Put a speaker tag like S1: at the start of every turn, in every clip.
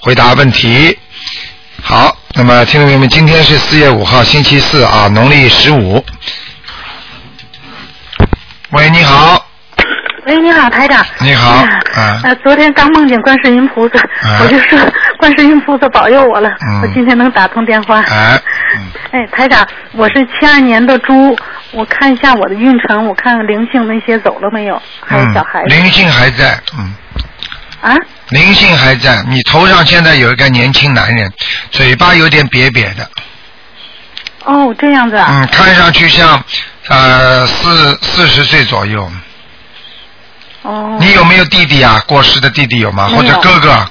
S1: 回答问题。好，那么听众朋友们，今天是四月五号，星期四啊，农历十五。喂，你好，
S2: 喂，你好，台长。
S1: 你好
S2: 哎呀
S1: 啊
S2: 呃，昨天刚梦见观世音菩萨，
S1: 啊
S2: 我就说 观世音菩萨保佑我了，
S1: 嗯
S2: 我今天能打通电话。
S1: 哎，嗯
S2: 哎，台长，我是七二年的猪，我看一下我的运程，我看看灵性那些走了没有，还有小孩
S1: 嗯，
S2: 子、
S1: 灵性还在，嗯，
S2: 啊，
S1: 灵性还在。你头上现在有一个年轻男人，嘴巴有点瘪瘪的，
S2: 哦，这样子啊，
S1: 嗯，看上去像呃四四十岁左右。
S2: 哦，
S1: 你有没有弟弟啊？过世的弟弟有吗？
S2: 没有
S1: 或者哥哥？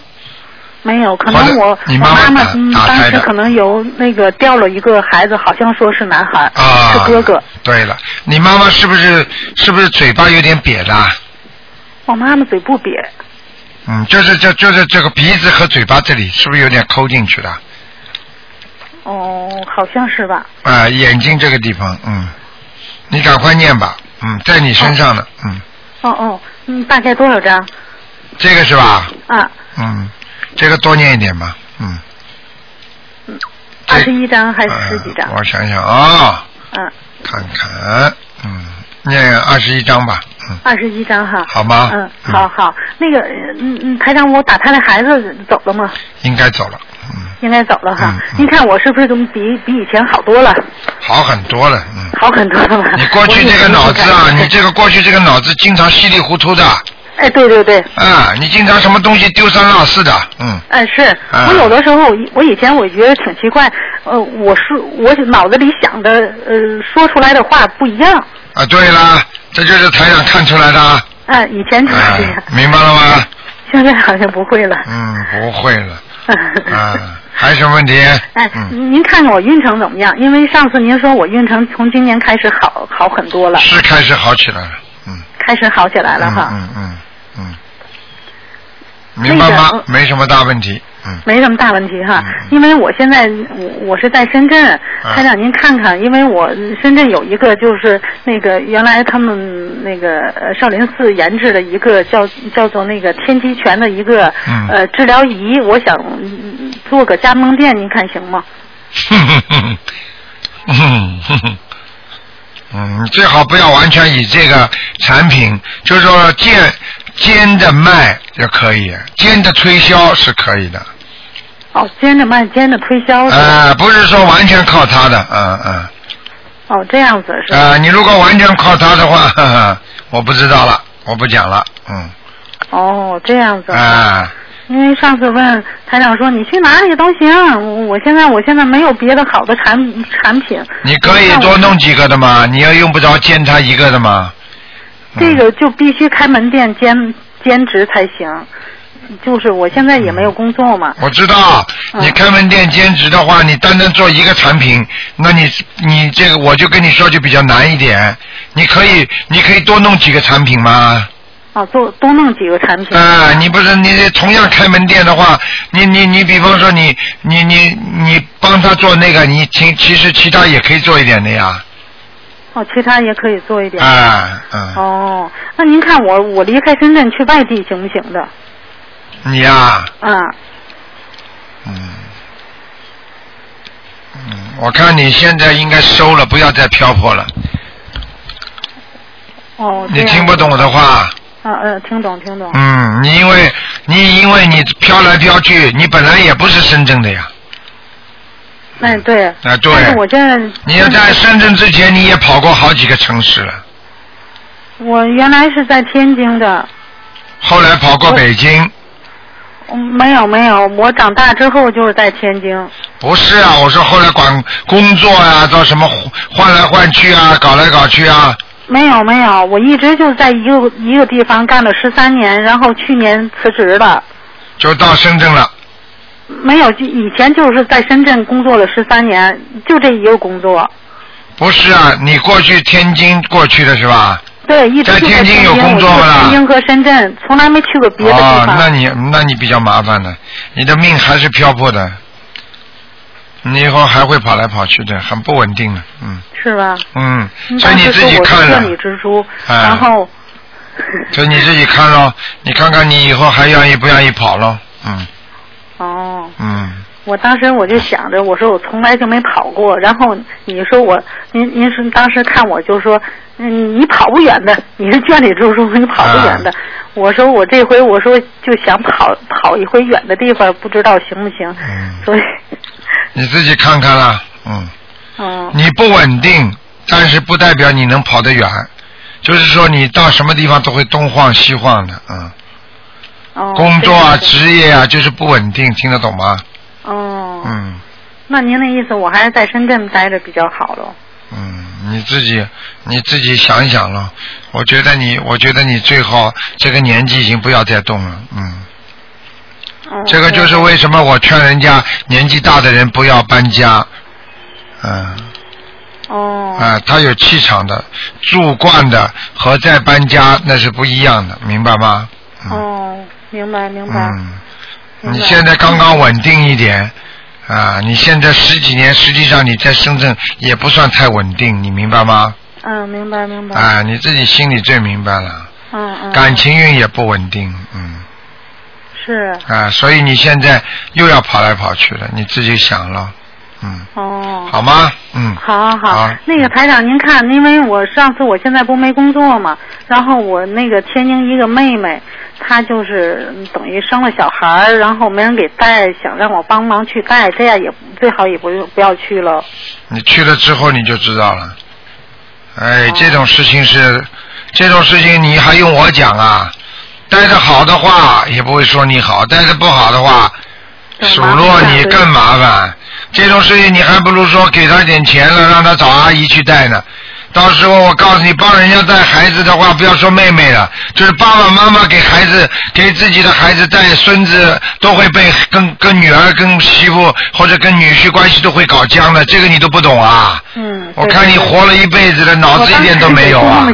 S2: 没有，可
S1: 或
S2: 能
S1: 者
S2: 我
S1: 你
S2: 我
S1: 妈妈
S2: 妈
S1: 打
S2: 嗯
S1: 打
S2: 当
S1: 胎
S2: 时
S1: 的
S2: 可能有那个掉了一个孩子，好像说是男孩，
S1: 啊，
S2: 是哥哥。。
S1: 对了，你妈妈是不是是不是嘴巴有点瘪的啊？
S2: 我哦妈妈嘴不瘪，
S1: 嗯，就是就就是这个鼻子和嘴巴这里是不是有点抠进去了？啊、
S2: 哦，好像是吧？
S1: 啊眼睛这个地方，嗯，你赶快念吧，嗯，在你身上呢，嗯，
S2: 哦哦，嗯，大概多少张？
S1: 这个是吧？
S2: 啊，
S1: 嗯，这个多念一点吧，嗯。这
S2: 二十一张还是十几张
S1: 呃？我想想啊、
S2: 嗯，
S1: 看看，嗯，念二十一章吧，嗯，
S2: 二十一张哈。
S1: 好吗？
S2: 嗯，好
S1: 嗯，
S2: 好，那个，嗯嗯，台长，我打胎的孩子走了吗？
S1: 应该走了，嗯，
S2: 应该走了哈
S1: 嗯。嗯
S2: 您看我是不是总比比以前好多了，
S1: 好很多了，嗯。
S2: 好很多了吧？
S1: 你过去这个脑子
S2: 啊我
S1: 啊，
S2: 也没有
S1: 你这个过去这个脑子经常稀里糊涂的，
S2: 哎，对对对，
S1: 啊，你经常什么东西丢三落四的，嗯，
S2: 哎，是
S1: 啊
S2: 我有的时候，我以我以前我觉得挺奇怪，呃，我说我脑子里想的，呃，说出来的话不一样，
S1: 啊，对啦，这就是台长看出来 的，啊，
S2: 啊，以前就是这样，
S1: 明白了吗？
S2: 现在好像不会了。
S1: 嗯，不会了，啊，还有什么问题？
S2: 哎，
S1: 嗯，
S2: 您看看我运程怎么样？因为上次您说我运程从今年开始好嗯好很多了，
S1: 是开始好起来了，嗯，
S2: 开始好起来了哈，
S1: 嗯嗯嗯嗯，明白
S2: 那
S1: 吗
S2: 个？
S1: 没什么大问题，嗯，
S2: 没什么大问题哈。
S1: 嗯啊
S2: 因为我现在我我是在深圳，台长您看看，因为我深圳有一个就是那个原来他们那个呃少林寺研制的一个叫叫做那个天机拳的一个、
S1: 嗯
S2: 呃治疗仪，我想嗯做个加盟店，您看行吗？
S1: 哼哼哼哼哼哼哼， 嗯，最好不要完全以这个产品，就是说煎煎着卖就可以，煎着推销是可以的，
S2: 哦，兼着卖，兼着推哦销是吧？
S1: 呃，不是说完全靠它的，嗯嗯，
S2: 哦，这样子是吧？
S1: 呃，你如果完全靠它的话， 呵呵我不知道了，我不讲了，嗯，
S2: 哦，这样子。
S1: 啊、
S2: 因为嗯上次问台长说你去哪里都行，我我现在我现在没有别的好的产产品，
S1: 你可以多弄几个的嘛，你要用不着煎它一个的嘛，嗯
S2: 这个就必须开门店兼兼职才行。就是我现在也没有工作嘛，
S1: 我知道，
S2: 嗯
S1: 你开门店兼职的话，你单单做一个产品，那你你这个我就跟你说就比较难一点。你可以你可以多弄几个产品吗？
S2: 啊，多多弄几个产品。
S1: 嗯啊，你不是你同样开门店的话，你你你比方说你你你你帮他做那个，你其其实其他也可以做一点的呀。
S2: 哦，其他也可以做一点。
S1: 啊嗯，
S2: 哦，那您看我我离开深圳去外地行不行的？
S1: 你呀、
S2: 啊，
S1: 嗯嗯，我看你现在应该收了，不要再漂泊了。
S2: 哦，这
S1: 你
S2: 样
S1: 听不懂我的话。
S2: 啊呃，听懂听懂。
S1: 嗯，你因为你因为你飘来飘去，你本来也不是深圳的呀。
S2: 哎对。
S1: 啊对
S2: 但是我这
S1: 你要在深圳之前，你也跑过好几个城市了，
S2: 嗯我原来是在天津的，
S1: 后来跑过北京。
S2: 嗯没有没有，我长大之后就是在天津。
S1: 不是啊，我说后来管工作啊，到什么换来换去啊，搞来搞去啊。
S2: 没有没有，我一直就在一个一个地方干了十三年，然后去年辞职了。
S1: 就到深圳了，
S2: 没有，就以前就是在深圳工作了十三年，就这一个工作。
S1: 不是啊？你过去天津过去的是吧？
S2: 对，一直
S1: 在
S2: 就
S1: 天
S2: 在
S1: 津
S2: 天津
S1: 有工作
S2: 我就
S1: 吗
S2: 在天津和深圳，从来没去过别的地
S1: 哦，
S2: 方。
S1: 那你那你比较麻烦了，你的命还是漂泊的，你以后还会跑来跑去的，很不稳定的，嗯
S2: 是吧？
S1: 嗯，所以
S2: 当
S1: 你
S2: 时
S1: 自
S2: 说
S1: 己
S2: 我是
S1: 看了。
S2: 顺理之出，
S1: 哎
S2: 然后
S1: 所以你自己看咯，你看看你以后还愿意不愿意跑咯？嗯，
S2: 哦，
S1: 嗯，
S2: 我当时我就想着，我说我从来就没跑过，然后你说我，您您是当时看我就说，嗯，你跑不远的，你是圈里住宿，你跑不远的。
S1: 啊
S2: 我说我这回我说就想跑跑一回远的地方，不知道行不行。
S1: 嗯
S2: 所以，
S1: 你自己看看啦，嗯。
S2: 嗯，
S1: 你不稳定，但是不代表你能跑得远，就是说你到什么地方都会东晃西晃的，嗯，
S2: 哦，
S1: 工作啊、
S2: 对对对
S1: 职业啊，就是不稳定，听得懂吗？
S2: 哦，
S1: 嗯
S2: 那您的意思，我还是在深圳待着比较好喽。
S1: 嗯，你自己你自己想一想咯。我觉得你，我觉得你最好这个年纪已经不要再动了，嗯，
S2: 嗯，
S1: 这个就是为什么我劝人家年纪大的人不要搬家，嗯。
S2: 哦，
S1: 啊，他有气场的，住惯的和在搬家那是不一样的，明白吗？嗯、
S2: 哦，明白明白。
S1: 嗯，
S2: 明
S1: 你
S2: 白
S1: 现在刚刚稳定一点啊，你现在十几年，实际上你在深圳也不算太稳定，你明白吗？
S2: 嗯，明白明白。
S1: 啊，你自己心里最明白了，
S2: 嗯嗯。
S1: 感情运也不稳定，嗯
S2: 是
S1: 啊，所以你现在又要跑来跑去了，你自己想了，嗯，
S2: 哦。
S1: 好吗？嗯，
S2: 好好
S1: 好
S2: 那个台长，您看，因为我上次我现在不没工作嘛，然后我那个天津一个妹妹，她就是嗯等于生了小孩儿，然后没人给带，想让我帮忙去带，这样也最好也不用不要去了。
S1: 你去了之后你就知道了。哎，
S2: 哦
S1: 这种事情是，这种事情你还用我讲啊？待的好的话也不会说你好，待的不好的话，
S2: 对
S1: 数
S2: 麻烦
S1: 落你
S2: 对
S1: 更麻烦。这种事情你还不如说给他点钱了，让他找阿姨去带呢。到时候我告诉你，帮人家带孩子的话，不要说妹妹了，就是爸爸妈妈给孩子、给自己的孩子带孙子，都会被跟跟女儿、跟媳妇或者跟女婿关系都会搞僵的。这个你都不懂啊？
S2: 嗯。
S1: 我
S2: 对
S1: 看
S2: 对
S1: 你
S2: 对
S1: 活了一辈子了，脑子一点都没有
S2: 我
S1: 啊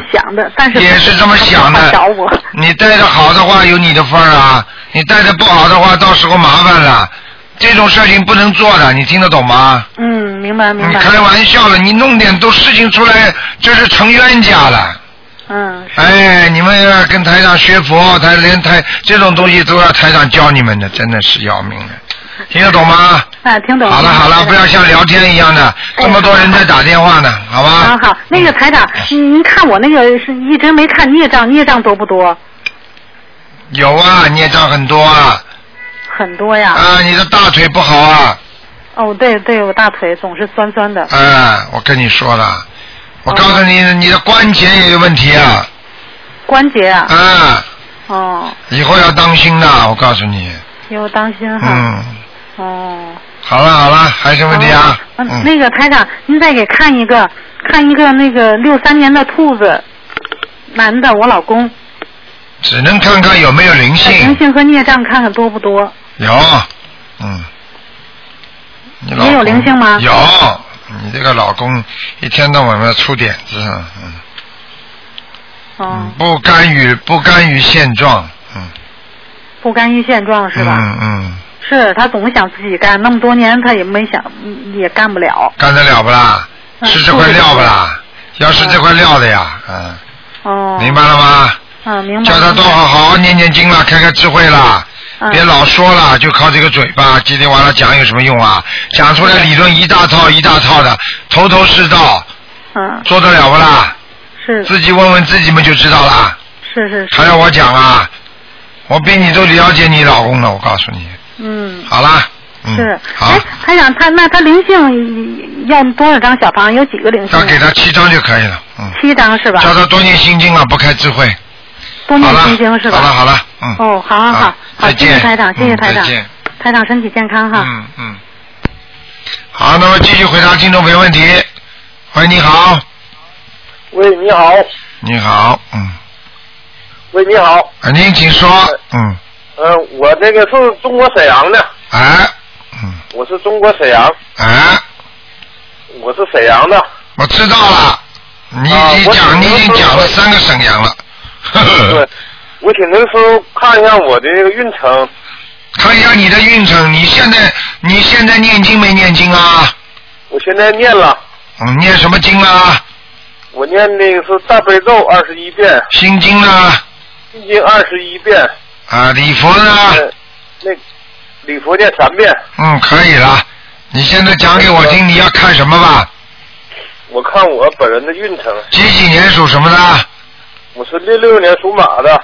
S2: 当时也是这么！
S1: 也是这么
S2: 想的， 但是
S1: 想
S2: 他
S1: 的
S2: 不找我。。
S1: 你带的好的话有你的份儿啊，你带的不好的话，到时候麻烦了。这种事情不能做的，你听得懂吗？
S2: 嗯，明白
S1: 你
S2: 明白。
S1: 开玩笑了，你弄点都事情出来，就是成冤家了。
S2: 嗯，是
S1: 哎，你们要跟台长学佛，台连台这种东西都要台长教你们的，真的是要命了。听得懂吗？
S2: 啊，听懂
S1: 好了好了，不要像聊天一样的，这么多人在打电话呢，好吧
S2: 啊，？好，那个台长，您您看我那个是一直没看孽障，孽障多不多？
S1: 有啊，孽障很多啊，
S2: 很多呀。
S1: 啊，你的大腿不好啊，
S2: 哦，对对，我大腿总是酸酸的。
S1: 啊，我跟你说了，我告诉
S2: 哦
S1: 你，你的关节也有问题啊，
S2: 关节啊。
S1: 啊，
S2: 哦，
S1: 以后要当心的，我告诉你，
S2: 有当心哈。
S1: 嗯，
S2: 哦。
S1: 好了好了，还有什么问题啊？
S2: 哦嗯，
S1: 嗯，
S2: 那个台长，您再给看一个，看一个那个六三年的兔子，男的，我老公，
S1: 只能看看有没有灵
S2: 灵
S1: 性，
S2: 性和孽障看看多不多？
S1: 有，嗯，你老公
S2: 也有灵性吗
S1: 有，你这个老公一天到晚要出点子，嗯，
S2: 哦
S1: 嗯，不甘于不甘于现状，嗯，
S2: 不甘于现状是吧？
S1: 嗯嗯，
S2: 是他总想自己干，那么多年他也没想，嗯也干不了。
S1: 干得了不啦？
S2: 嗯
S1: 吃这块料不啦？要吃这块料的呀，嗯，
S2: 哦，
S1: 明白了吗？
S2: 嗯，明白。
S1: 叫他多好好念念经啦，开开智慧啦，
S2: 嗯
S1: 别老说了，就靠这个嘴巴，叽里哇啦讲有什么用啊？讲出来理论一大套一大套的，头头是道，
S2: 嗯，
S1: 做得了不啦？
S2: 是是
S1: 自己问问自己们就知道啦。
S2: 是是，
S1: 还要我讲啊？我比你都了解你老公了，我告诉你。
S2: 嗯，
S1: 好啦，嗯，
S2: 是。
S1: 好
S2: 哎，，台长，他那他灵性要多少张小房？有几个灵性
S1: 要
S2: 啊？
S1: 给他七张就可以了，嗯，
S2: 七张是吧？
S1: 叫他多念心经啊了，不开智慧。
S2: 多
S1: 好
S2: 念
S1: 了，
S2: 心经是吧？
S1: 好了好了，嗯。
S2: 哦，好好好，好，
S1: 再
S2: 谢
S1: 见，
S2: 谢台长，谢谢
S1: 嗯
S2: 台长
S1: 再，见。
S2: 台长身体健康哈。
S1: 嗯嗯。好，那么继续回答听众朋友问题。喂，你好，
S3: 喂，你好，
S1: 你好，嗯，
S3: 喂，你好，
S1: 啊，您请说，嗯，
S3: 呃，我这个是中国沈阳的，
S1: 哎，嗯，
S3: 我是中国沈阳，
S1: 哎，
S3: 我是沈阳 的，
S1: 我知道了，你
S3: 啊
S1: 已经
S3: 我
S1: 讲，
S3: 请
S1: 你已经
S3: 您
S1: 讲
S3: 说
S1: 了三个沈阳了，呵
S3: 对
S1: 呵，，
S3: 我请您师傅看一下我的这个运程，
S1: 看一下你的运程，你现在你现在念经没念经啊？
S3: 我现在念了，
S1: 嗯，念什么经啊？
S3: 我念那个是大悲咒二十一遍，
S1: 心经呢？啊
S3: 心经二十一遍，
S1: 啊，礼佛呢？
S3: 呃，那礼佛念三遍，
S1: 嗯，可以了。你现在讲给我听，你要看什么吧？
S3: 我看我本人的运程。
S1: 几几年属什么的？
S3: 我是六六年属马的，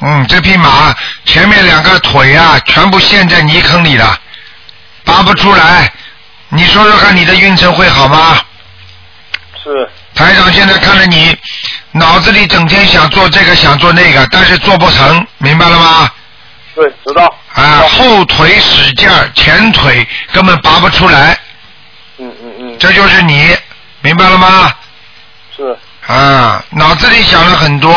S1: 嗯，这匹马前面两个腿啊，全部陷在泥坑里了，拔不出来。你说说看，你的运程会好吗？
S3: 是
S1: 台长现在看着你，脑子里整天想做这个想做那个，但是做不成，明白了吗？
S3: 对，知道。
S1: 啊，后腿使劲儿，前腿根本拔不出来，
S3: 嗯嗯嗯，
S1: 这就是你，明白了吗？
S3: 是
S1: 啊，脑子里想了很多，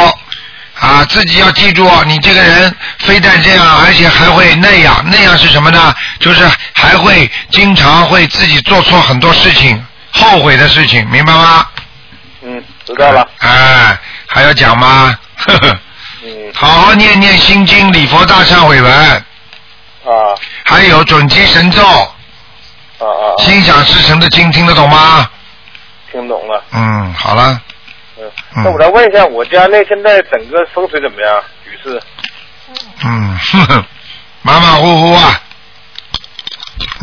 S1: 啊，自己要记住，你这个人非但这样，而且还会那样，那样是什么呢？就是还会经常会自己做错很多事情，后悔的事情，明白吗？
S3: 嗯，知道了。
S1: 哎，还要讲吗？ 呵呵，
S3: 嗯
S1: 好好念念心经、礼佛大忏悔文，
S3: 啊
S1: 还有准提神咒，
S3: 啊啊，啊
S1: 心想事成的经，听得懂吗？
S3: 听懂了。
S1: 嗯，好了，
S3: 嗯，
S1: 嗯
S3: 那我再问一下，我家内现在整个风水怎么样？局势
S1: 嗯，呵呵，马马虎虎啊。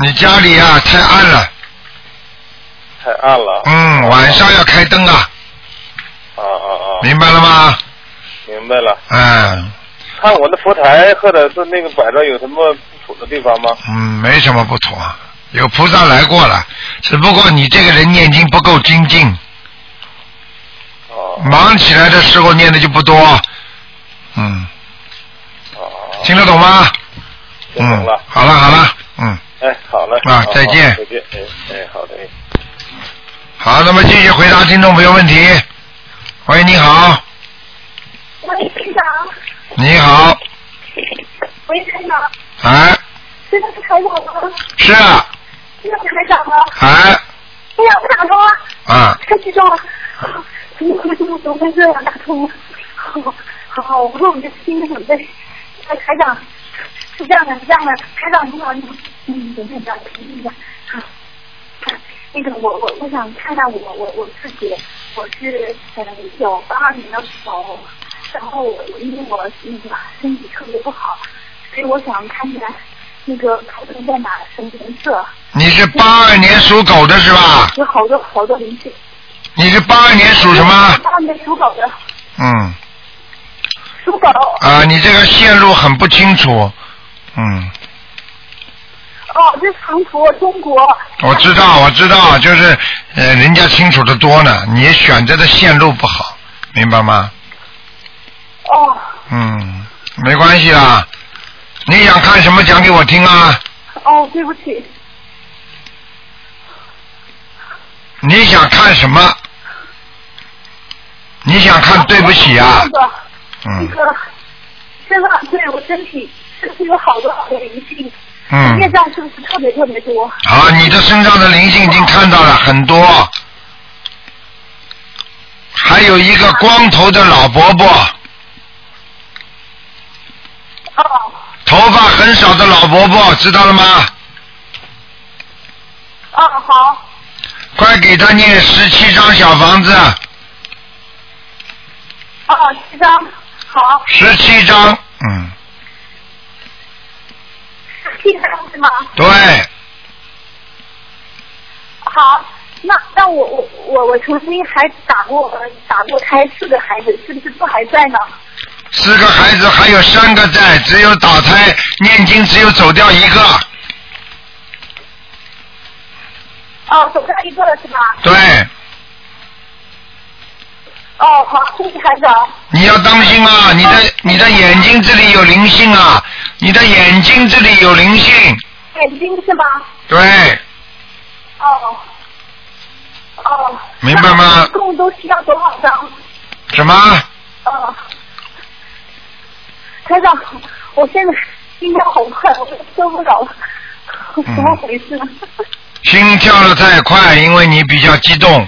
S1: 你家里啊太暗了，
S3: 太暗了。
S1: 嗯，晚上要开灯啊，
S3: 啊啊啊，
S1: 明白了吗？
S3: 明白了。
S1: 嗯
S3: 看我的佛台或者是那个摆着有什么不妥的地方吗？
S1: 嗯，没什么不妥，有菩萨来过了，只不过你这个人念经不够精进，
S3: 啊
S1: 忙起来的时候念的就不多，嗯，
S3: 啊啊，
S1: 听得懂吗？
S3: 听懂
S1: 嗯
S3: 了，。
S1: 好了好了，嗯，
S3: 哎，好了。
S1: 啊
S3: 好
S1: 再见
S3: 好再见。哎哎，好的。哎
S1: 好，那么继续回答听众朋友问题。喂，你好，
S4: 喂，台长，
S1: 你好，
S4: 喂，台长，
S1: 哎，
S4: 这个是台长吗？
S1: 是啊，
S4: 这个是台长吗？
S1: 哎，
S4: 哎呀，我打通了，
S1: 啊，
S4: 太激动了！怎么会这么怎么会这样打通了？好，好，好，我说我这心理准备。哎，台长，是这样的，是这样的，台长你好，你好，嗯，等一下，等一下，好。那个我我我想看看我我我自己，我是呃九八二年的狗，然后我因为我那个身体特别不好，所以我想看看那个头疼在哪什么颜色，
S1: 你是八二年属狗的是吧？
S4: 有好多好多灵性。
S1: 你是八二年属什么？
S4: 他们属狗的，
S1: 嗯，
S4: 属狗。
S1: 啊，你这个线路很不清楚，嗯，
S4: 哦，这是长途中国。
S1: 我知道，我知道，就是呃，人家清楚的多呢，你选择的线路不好，明白吗？
S4: 哦，
S1: 嗯，没关系啦。你想看什么讲给我听啊？
S4: 哦，对不起，
S1: 你想看什么？你想看对不起啊
S4: 那？个，那
S1: 嗯
S4: 个，身上对我身体身体有好多好多灵性，业
S1: 嗯，
S4: 障是不是特别特别多？
S1: 好，你的身上的灵性已经看到了很多，还有一个光头的老伯伯，
S4: 哦，
S1: 头发很少的老伯伯，知道了吗？
S4: 哦，好，
S1: 快给他念十七张小房子，
S4: 哦，七张，好，
S1: 十七张，嗯，
S4: 七张是吗？
S1: 对，
S4: 好，那那我我我我曾经还打过打过胎四个孩子，是不是都还在呢？
S1: 四个孩子还有三个在，只有打胎念经，只有走掉一个。
S4: 哦，走掉一个了是吧？
S1: 对，
S4: 哦，好，谢谢台长。
S1: 你要当心啊！你的你的眼睛这里有灵性啊！你的眼睛这里有灵性，
S4: 眼睛是吗？
S1: 对，
S4: 哦，哦，
S1: 明白吗
S4: 那一共都需要多少张？
S1: 什么？
S4: 哦，台长，我现在心跳好快，我受不了了，
S1: 嗯
S4: 怎么回事？
S1: 心跳的太快，因为你比较激动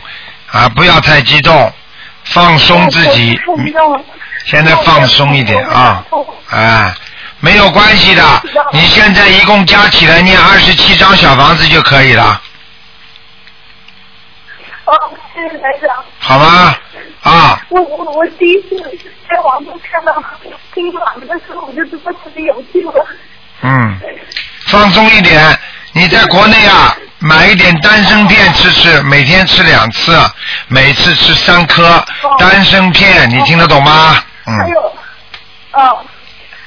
S1: 啊，不要太激动，放松自己。
S4: 哎哦我太激动了
S1: 现在放松一点啊，啊，没有关系的。你现在一共加起来念二十七张小房子就可以了，
S4: 哦，谢谢台长，
S1: 好吗？啊，
S4: 我我我第一次在网上看到听网的时候，我就知道自己有救了。
S1: 嗯，放松一点。你在国内啊，买一点丹参片吃吃，每天吃两次，每次吃三颗丹参片，你听得懂吗？
S4: 还
S1: 嗯，
S4: 有，哦，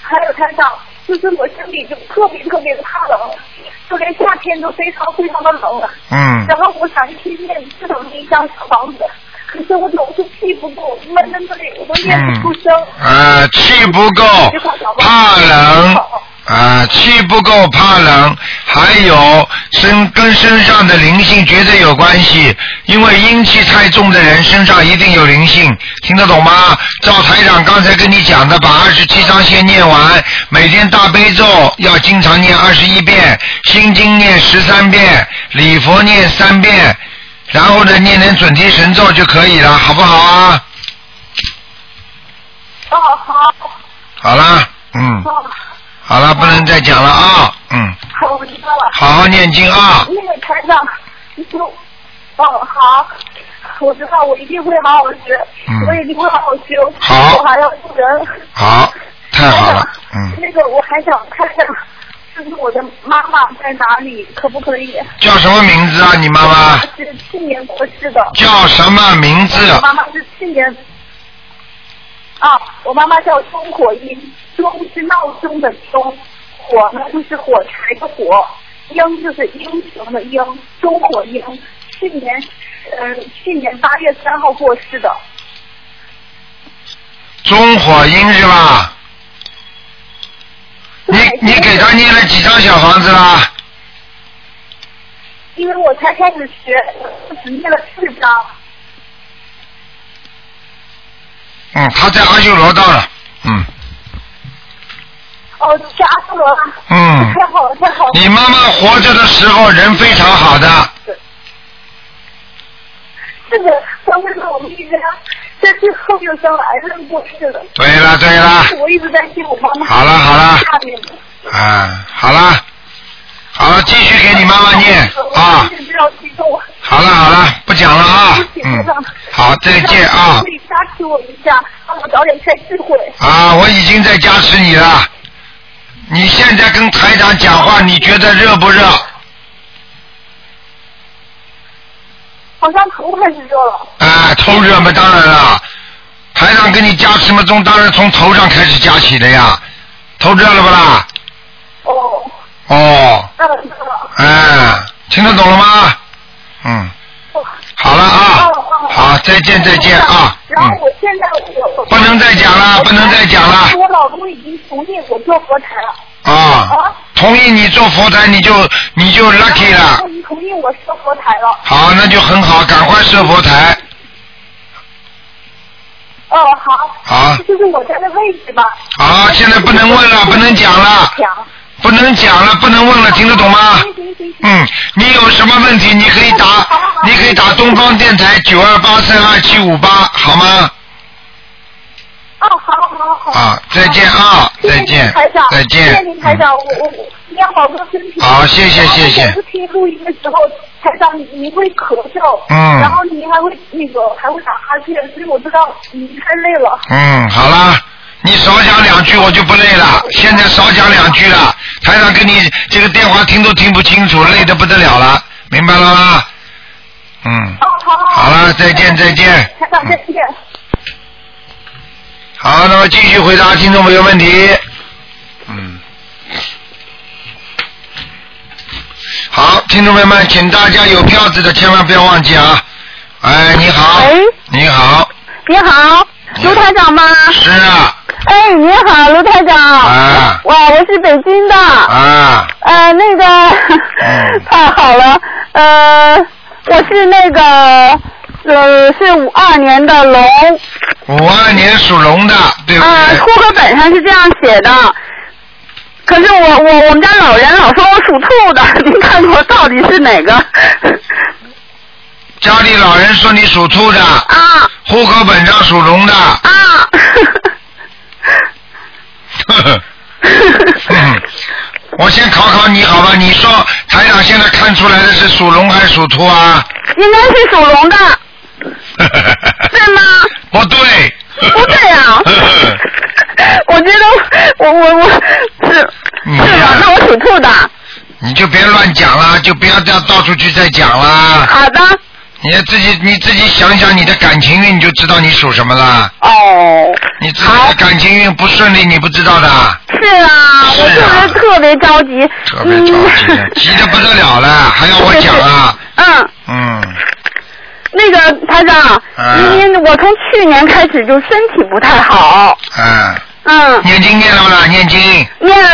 S4: 还有台长，就是我身体就特别特别的怕冷，就连夏天都非常非常的冷了。
S1: 嗯
S4: 然后我想天天自找一张小房子，可是我总是气不够，闷闷的我都念不出声。
S1: 呃，气不嗯够，怕冷，
S4: 哦
S1: 啊、气不够怕冷，还有身跟身上的灵性绝对有关系，因为阴气太重的人身上一定有灵性，听得懂吗？赵台长刚才跟你讲的，把二十七章先念完，每天大悲咒要经常念二十一遍，心经念十三遍，礼佛念三遍，然后呢念点准提神咒就可以了，好不好啊？
S4: 哦，好，
S1: 好啦，嗯，
S4: 哦，
S1: 好了，不能再讲了啊，嗯，
S4: 好，我知道了。
S1: 好好念经啊，
S4: 那个台长，你说，哦，好，我知道，我一定会好好学，
S1: 嗯
S4: 我一定会好好学，
S1: 好
S4: 我还要助人。
S1: 好，太好 了，嗯，
S4: 那个我还想看看，就是我的妈妈在哪里，可不可以？
S1: 叫什么名字啊？你妈妈
S4: 她是去年过世的。
S1: 叫什么名字？
S4: 我妈妈是去年。啊，我妈妈叫钟火英，钟是闹钟的钟，火呢就是火柴的火，英就是英雄的英，钟火英。去年，呃，去年八月三号过世的。
S1: 钟火英是吧？你你给他念了几张小房子啦？
S4: 因为我才开始学，我只念了四章。
S1: 嗯，他在阿修罗道了，嗯
S4: 哦，是阿修罗啊！
S1: 嗯，
S4: 太好了，太好了！
S1: 你妈妈活着的时候人非常好的，
S4: 这个上次我们一直在最后又生癌症过世了。
S1: 对了对了，
S4: 我一直在听我妈妈。
S1: 好了好了
S4: 下面的
S1: 啊，好了，好了，继续给你妈妈念啊
S4: 我。真是知道激动。啊
S1: 好了好了，不讲了啊，嗯，好，再见啊
S4: 可以加持我一下，让我早点开智慧。
S1: 啊！我已经在加持你了。你现在跟台长讲话，你觉得热不热？
S4: 好像头开始热了。
S1: 啊，头热嘛，当然了。台长跟你加持嘛，从当然从头上开始加起的呀。头热了不啦？
S4: 哦，
S1: 哦，
S4: 热了热了。
S1: 哎、听得懂了吗？嗯，
S4: 哦
S1: 好了啊
S4: 哦哦，
S1: 好，再见再见啊，
S4: 然后
S1: 嗯，
S4: 我现在我
S1: 不能再讲了，不能再讲了。
S4: 我老公已经同意我做佛台了。哦
S1: 啊，同意你做佛台，你就你就 lucky
S4: 然后
S1: 了
S4: 我。已经同意我设佛台了。
S1: 好，那就很好，赶快设佛台。
S4: 哦，好。
S1: 好
S4: 这就是我家的位置吧。
S1: 好，现在不能问了，不能讲了，
S4: 讲。
S1: 不能讲了，不能问了，听得懂吗？
S4: 行行行行。
S1: 嗯，你有什么问题，你可以打，你可以打东方电台九二八三二七五八，好吗？
S4: 哦，好好好。
S1: 啊，再见啊，
S4: 谢谢
S1: 再
S4: 您
S1: 见
S4: 台长，，
S1: 再
S4: 谢谢
S1: 见
S4: 您，台长，我我我一定要保重身体。
S1: 好谢谢
S4: 然后
S1: 谢谢
S4: 每次听录音的时候，台长你你会咳嗽，
S1: 嗯
S4: 然后你还会那个还会打哈欠，所以我知道你太累了。
S1: 嗯，好啦，你少讲两句我就不累了。现在少讲两句了，台长跟你这个电话听都听不清楚，累得不得了了，明白了吗？嗯，
S4: 哦，好好
S1: 好了，再见再见。
S4: 台长再见。
S1: 好，那么继续回答听众朋友问题。嗯，好，听众朋友们，请大家有票子的千万不要忘记啊！哎，你好，
S2: 喂
S1: 你好，
S2: 你好，卢台长吗？
S1: 是啊，
S2: 哎，你好，卢台长。
S1: 啊
S2: 哇，我是北京的。
S1: 啊，嗯
S2: 呃，那个， 太好了。呃，我是那个，呃，是五二年的龙。
S1: 五二年属龙的，对不
S2: 呃，
S1: 对？
S2: 户口本上是这样写的。可是我我我们家老人老说我属兔的， 您看我到底是哪个？
S1: 家里老人说你属兔的，
S2: 啊
S1: 户口本上属龙 的，
S2: 啊！
S1: 呵呵嗯我先考考你好吧？你说台长现在看出来的是属龙还是属兔 啊？
S2: 应该是属龙的，是吗？
S1: 不对，
S2: 不对啊
S1: 嗯
S2: ！我觉得我我我是
S1: 你
S2: 是
S1: 呀嗯
S2: 吧？那我属兔的。
S1: 你就别乱讲啦，就不要这样到处去再讲啦。
S2: 好的。
S1: 你自己你自己想想你的感情运，你就知道你属什么啦。
S2: 哦，
S1: 你自己的感情运不顺利，你不知道的，
S2: 是啊，我
S1: 是啊
S2: 就是特别着急，
S1: 特别着急， 急得不得了了，还要我讲啊？
S2: 嗯。嗯，
S1: 嗯，
S2: 那个台长，
S1: 嗯
S2: 您、我从去年开始就身体不太好，
S1: 哎，
S2: 嗯，
S1: 念经念了不啦？念经，
S2: 念了，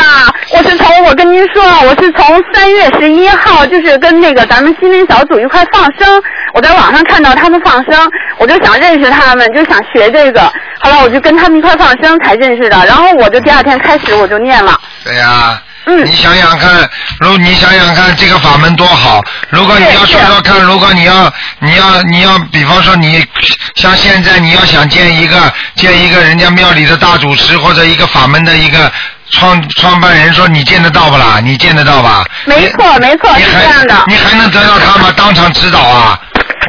S2: 我是从我跟您说，我是从三月十一号，就是跟那个咱们心灵小组一块放生，我在网上看到他们放生，我就想认识他们，就想学这个，后来我就跟他们一块放生才认识的，然后我就第二天开始我就念了，
S1: 对呀、
S2: 嗯
S1: 你想想看，如你想想看，这个法门多好。如果你要
S2: 对
S1: 说说看，如果你要你要你要，比方说你像现在你要想见一个见一个人家庙里的大主持或者一个法门的一个创创办人，说你见得到不啦？你见得到吧？
S2: 没错没错
S1: 你
S2: 是
S1: 还
S2: 这样的，
S1: 你还能得到他吗？当场指导啊！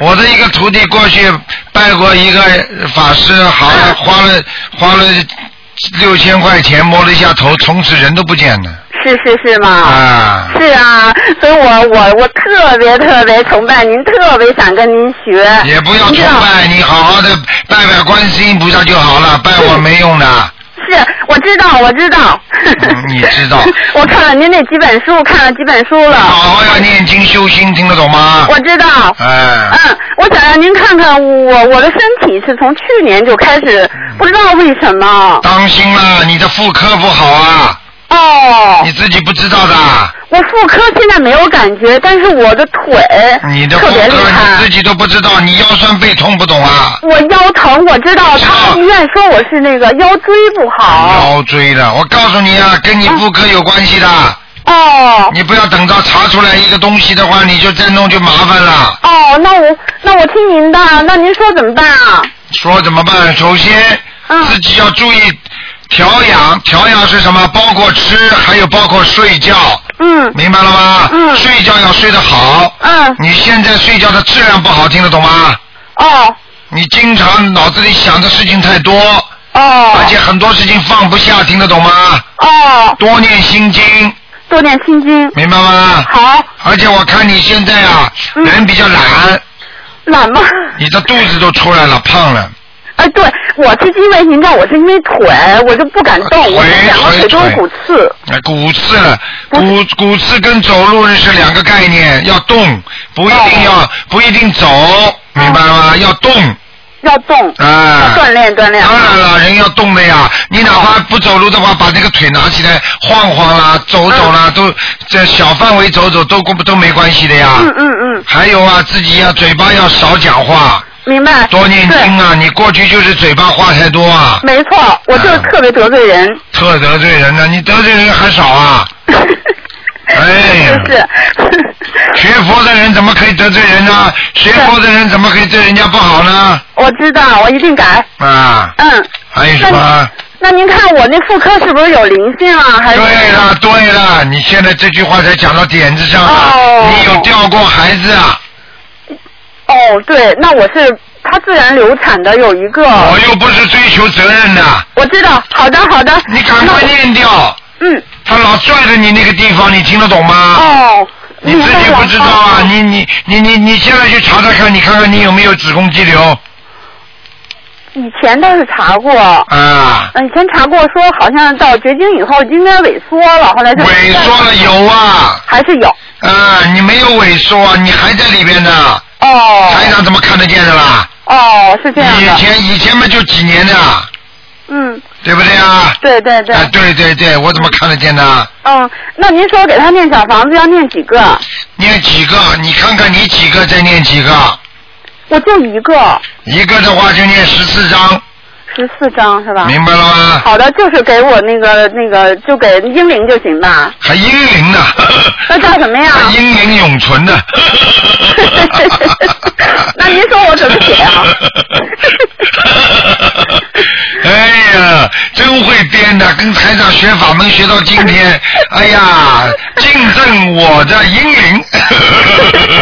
S1: 我的一个徒弟过去拜过一个法师，好了，花了花了六千块钱摸了一下头，从此人都不见了
S2: 是是是吗？
S1: 啊！
S2: 是啊，所以我我我特别特别崇拜您，特别想跟您学。
S1: 也不要
S2: 您知
S1: 崇
S2: 道
S1: 拜，你好好的拜拜观世音菩萨就好了，拜我没用的。
S2: 是，我知道，我知道。
S1: 嗯你知道 啊
S2: 我看了您那几本书，看了几本书了。
S1: 好好要念经修心，听得懂吗？
S2: 我知道。
S1: 哎，
S2: 嗯，我想让您看看我我的身体是从去年就开始，
S1: 嗯
S2: 不知道为什么
S1: 当心啦，你的妇科不好啊，
S2: 哦
S1: 你，自己不知道的。
S2: 我妇科现在没有感觉，但是我的腿
S1: 你的妇
S2: 特
S1: 科
S2: 别厉
S1: 你
S2: 害
S1: 自。己都不知道，你腰酸背痛不懂啊？
S2: 我腰疼，我知道，他们医院说我是那个腰椎不好。
S1: 腰椎的，我告诉你啊，跟你妇科有关系的。
S2: 哦
S1: 你不要等到查出来一个东西的话，你就再弄就麻烦了。
S2: 哦，那我那我听您的，那您说怎么办啊？
S1: 说怎么办？首先
S2: 嗯
S1: 自己要注意调养，调养是什么？包括吃，还有包括睡觉，
S2: 嗯
S1: 明白了吗？
S2: 嗯
S1: 睡觉要睡得好。
S2: 嗯
S1: 你现在睡觉的质量不好，听得懂吗？
S2: 哦
S1: 你经常脑子里想的事情太多，而且
S2: 哦
S1: 很多事情放不下，听得懂吗？
S2: 哦，
S1: 多念心经，
S2: 多念心经。
S1: 明白吗？
S2: 好，
S1: 而且我看你现在啊，
S2: 嗯
S1: 人比较懒，
S2: 懒吗？
S1: 你的肚子都出来了，胖了，
S2: 哎，对，我是因为您知道，我是因为腿，我就不敢动，
S1: 腿
S2: 我这两个
S1: 腿
S2: 腿都
S1: 腿
S2: 有骨刺。
S1: 哎骨刺了，
S2: 不
S1: 骨骨刺跟走路是两个概念，要动，不一定
S2: 哦
S1: 要、不一定走，明白了吗？要动
S2: 要动，
S1: 啊
S2: 嗯要。锻炼锻炼。
S1: 当然了，人要动的呀。你哪怕不走路的话，把这个腿拿起来晃晃啦，走
S2: 嗯
S1: 走啦，都这小范围走走都都没关系的呀。
S2: 嗯嗯嗯，
S1: 还有啊，自己呀、嘴巴要少讲话，
S2: 明白。
S1: 多念
S2: 对
S1: 经啊！你过去就是嘴巴话太多啊，
S2: 没错，我就是特别得罪人。
S1: 特得罪人呢、你得罪人还少啊？哎 呀
S2: 是是。
S1: 学佛的人怎么可以得罪人呢、
S2: 嗯
S1: 学佛的人怎么可以对人家不好呢？
S2: 我知道，我一定改。
S1: 啊，
S2: 嗯，
S1: 还有什么？
S2: 那您看我那妇科是不是有灵性啊？还是？
S1: 对了对了，你现在这句话才讲到点子上了。
S2: 哦
S1: 你有掉过孩子啊？
S2: 哦，对，那我是她自然流产的有一个，
S1: 我又不是追求责任的，
S2: 我知道。好的，好的。
S1: 你赶快
S2: 那
S1: 念掉。
S2: 嗯，
S1: 他老拽着你那个地方，你听得懂吗？
S2: 哦。
S1: 啊你自己不知道啊
S2: 哦！
S1: 你你你你你现在去查查看，你看看你有没有子宫肌瘤
S2: 以前倒是查过，
S1: 啊？
S2: 嗯，以前查过说好像到绝经以后应该萎缩了，后来就
S1: 萎缩了有啊
S2: 还是有
S1: 啊！你没有萎缩，啊你还在里边呢，台
S2: 哦
S1: 长怎么看得见的啦？
S2: 哦是这样
S1: 以
S2: 的，
S1: 前以前嘛就几年的，
S2: 嗯，
S1: 对不对啊？
S2: 对对对，
S1: 啊，对对对，我怎么看得见呢？
S2: 嗯，那您说给他念小房子要念几个？
S1: 念几个？你看看你几个，再念几个。
S2: 我就一个，
S1: 一个的话就念十四章，
S2: 十四张是吧？
S1: 明白了吗？
S2: 好的，就是给我那个那个，就给英灵就行吧。
S1: 还英灵 呢？
S2: 那叫什么呀。
S1: 还英灵永存呢
S2: 那您说我怎么写啊
S1: 哎呀，真会编的，跟台长学法门学到今 天，哎呀，敬赠我的英灵，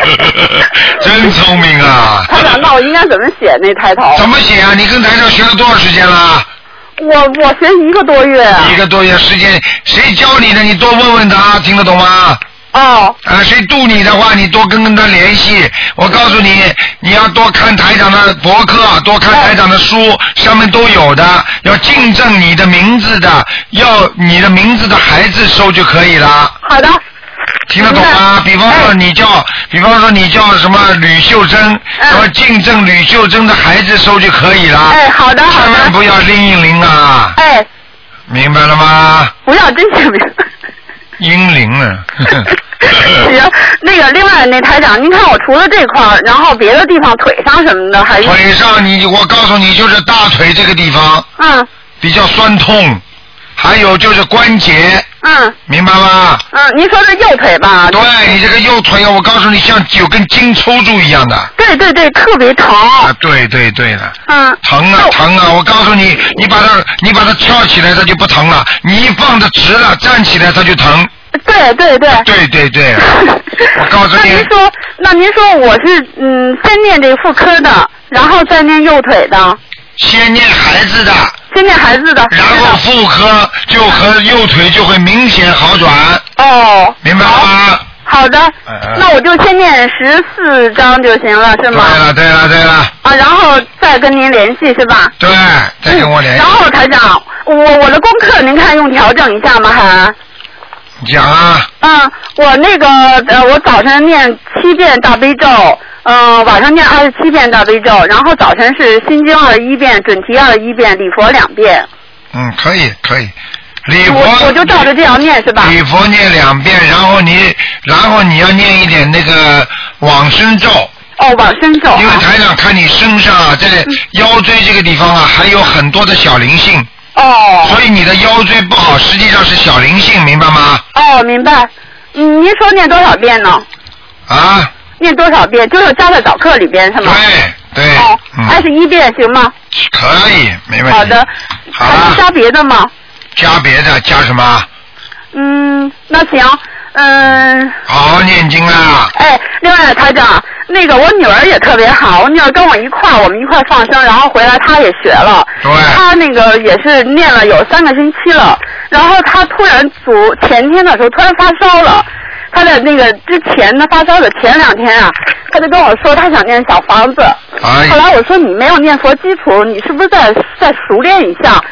S1: 真聪明啊！
S2: 台长，那我应该怎么写那抬头？
S1: 怎么写啊？你跟台长学了多少时间啦？
S2: 我我学一个多月啊。
S1: 一个多月时间，谁教你的？你多问问他，听得懂吗？
S2: 哦，
S1: 啊，谁渡你的话，你多跟跟他联系。我告诉你，你要多看台长的博客，多看台长的书，上面都有的。要竞争你的名字的，要你的名字的孩子收就可以了。
S2: 好的，
S1: 听得懂吗？比
S2: 明白
S1: 方说
S2: 哎
S1: 你叫，比方说你叫什么吕秀珍，
S2: 嗯
S1: 然后竞争吕秀珍的孩子收就可以了。
S2: 哎，好的，
S1: 千
S2: 好
S1: 万
S2: 的，
S1: 嗯不要拎一拎啊，
S2: 哎，
S1: 明白了吗？
S2: 不要，真行 不行？
S1: 英灵啊 了。
S2: 行，那个另外那台长，您看我除了这块儿，然后别的地方腿上什么的还是
S1: 腿上你，我告诉你，就是大腿这个地方
S2: 嗯
S1: 比较酸痛，还有就是关节，
S2: 嗯
S1: 明白吗？
S2: 嗯，您说是右腿吧？
S1: 对你这个右腿啊，我告诉你，像有根筋抽住一样的。
S2: 对对对，特别疼。
S1: 啊，对对对了。
S2: 嗯，
S1: 疼啊
S2: 那我
S1: 疼啊！我告诉你，你把它你把它翘起来，它就不疼了；你一放的直了，站起来它就疼。
S2: 对对对。
S1: 对对啊对， 我告诉
S2: 那
S1: 你
S2: 您，说，那您说我是嗯，先念这个妇科的，然后再念右腿的，
S1: 先念孩子的，
S2: 先念孩子的。
S1: 然后妇科就和右腿就会明显好转，
S2: 哦，
S1: 明白了吗？
S2: 好的
S1: 嗯嗯，
S2: 那我就先念十四章就行了，是
S1: 对
S2: 吗？
S1: 了对了对了，
S2: 啊，然后再跟您联系是吧？
S1: 对，再跟我联
S2: 然
S1: 系，
S2: 后台长，我我的功课您看用调整一下吗？还？
S1: 你讲啊，
S2: 嗯，我那个呃，我早晨念七遍大悲咒，嗯、晚上念二十七遍大悲咒，然后早晨是心经二十一遍，准提二十一遍，礼佛两遍。
S1: 嗯，可以可以，礼
S2: 我
S1: 佛
S2: 我就照着这样念是吧？
S1: 礼佛念两遍，然后你然后你要念一点那个往生咒，
S2: 哦，往生咒。
S1: 因为
S2: 啊
S1: 台长看你身上啊，在腰椎这个地方啊，还有很多的小灵性，
S2: 哦
S1: 所以你的腰椎不好，实际上是小灵性，明白吗？
S2: 哦，明白。嗯，您说念多少遍呢？
S1: 啊，
S2: 念多少遍？就是加在早课里边是吗？
S1: 对对
S2: 哦，，二
S1: 嗯，
S2: 十一遍行吗？
S1: 可以，没问题。
S2: 好的。
S1: 好
S2: 还能
S1: 了，
S2: 加别的吗？
S1: 加别的，加什么？
S2: 嗯，那行，嗯。
S1: 好好念经啊啦。
S2: 哎，另外台长，那个我女儿也特别好，我女儿跟我一块儿，我们一块儿放生，然后回来她也学了，
S1: 对
S2: 她那个也是念了有三个星期了，然后她突然昨前天的时候突然发烧了，她的那个之前的发烧的前两天啊，她就跟我说她想念小房子，
S1: 哎
S2: 后来我说你没有念佛基础，你是不是再再熟练一下？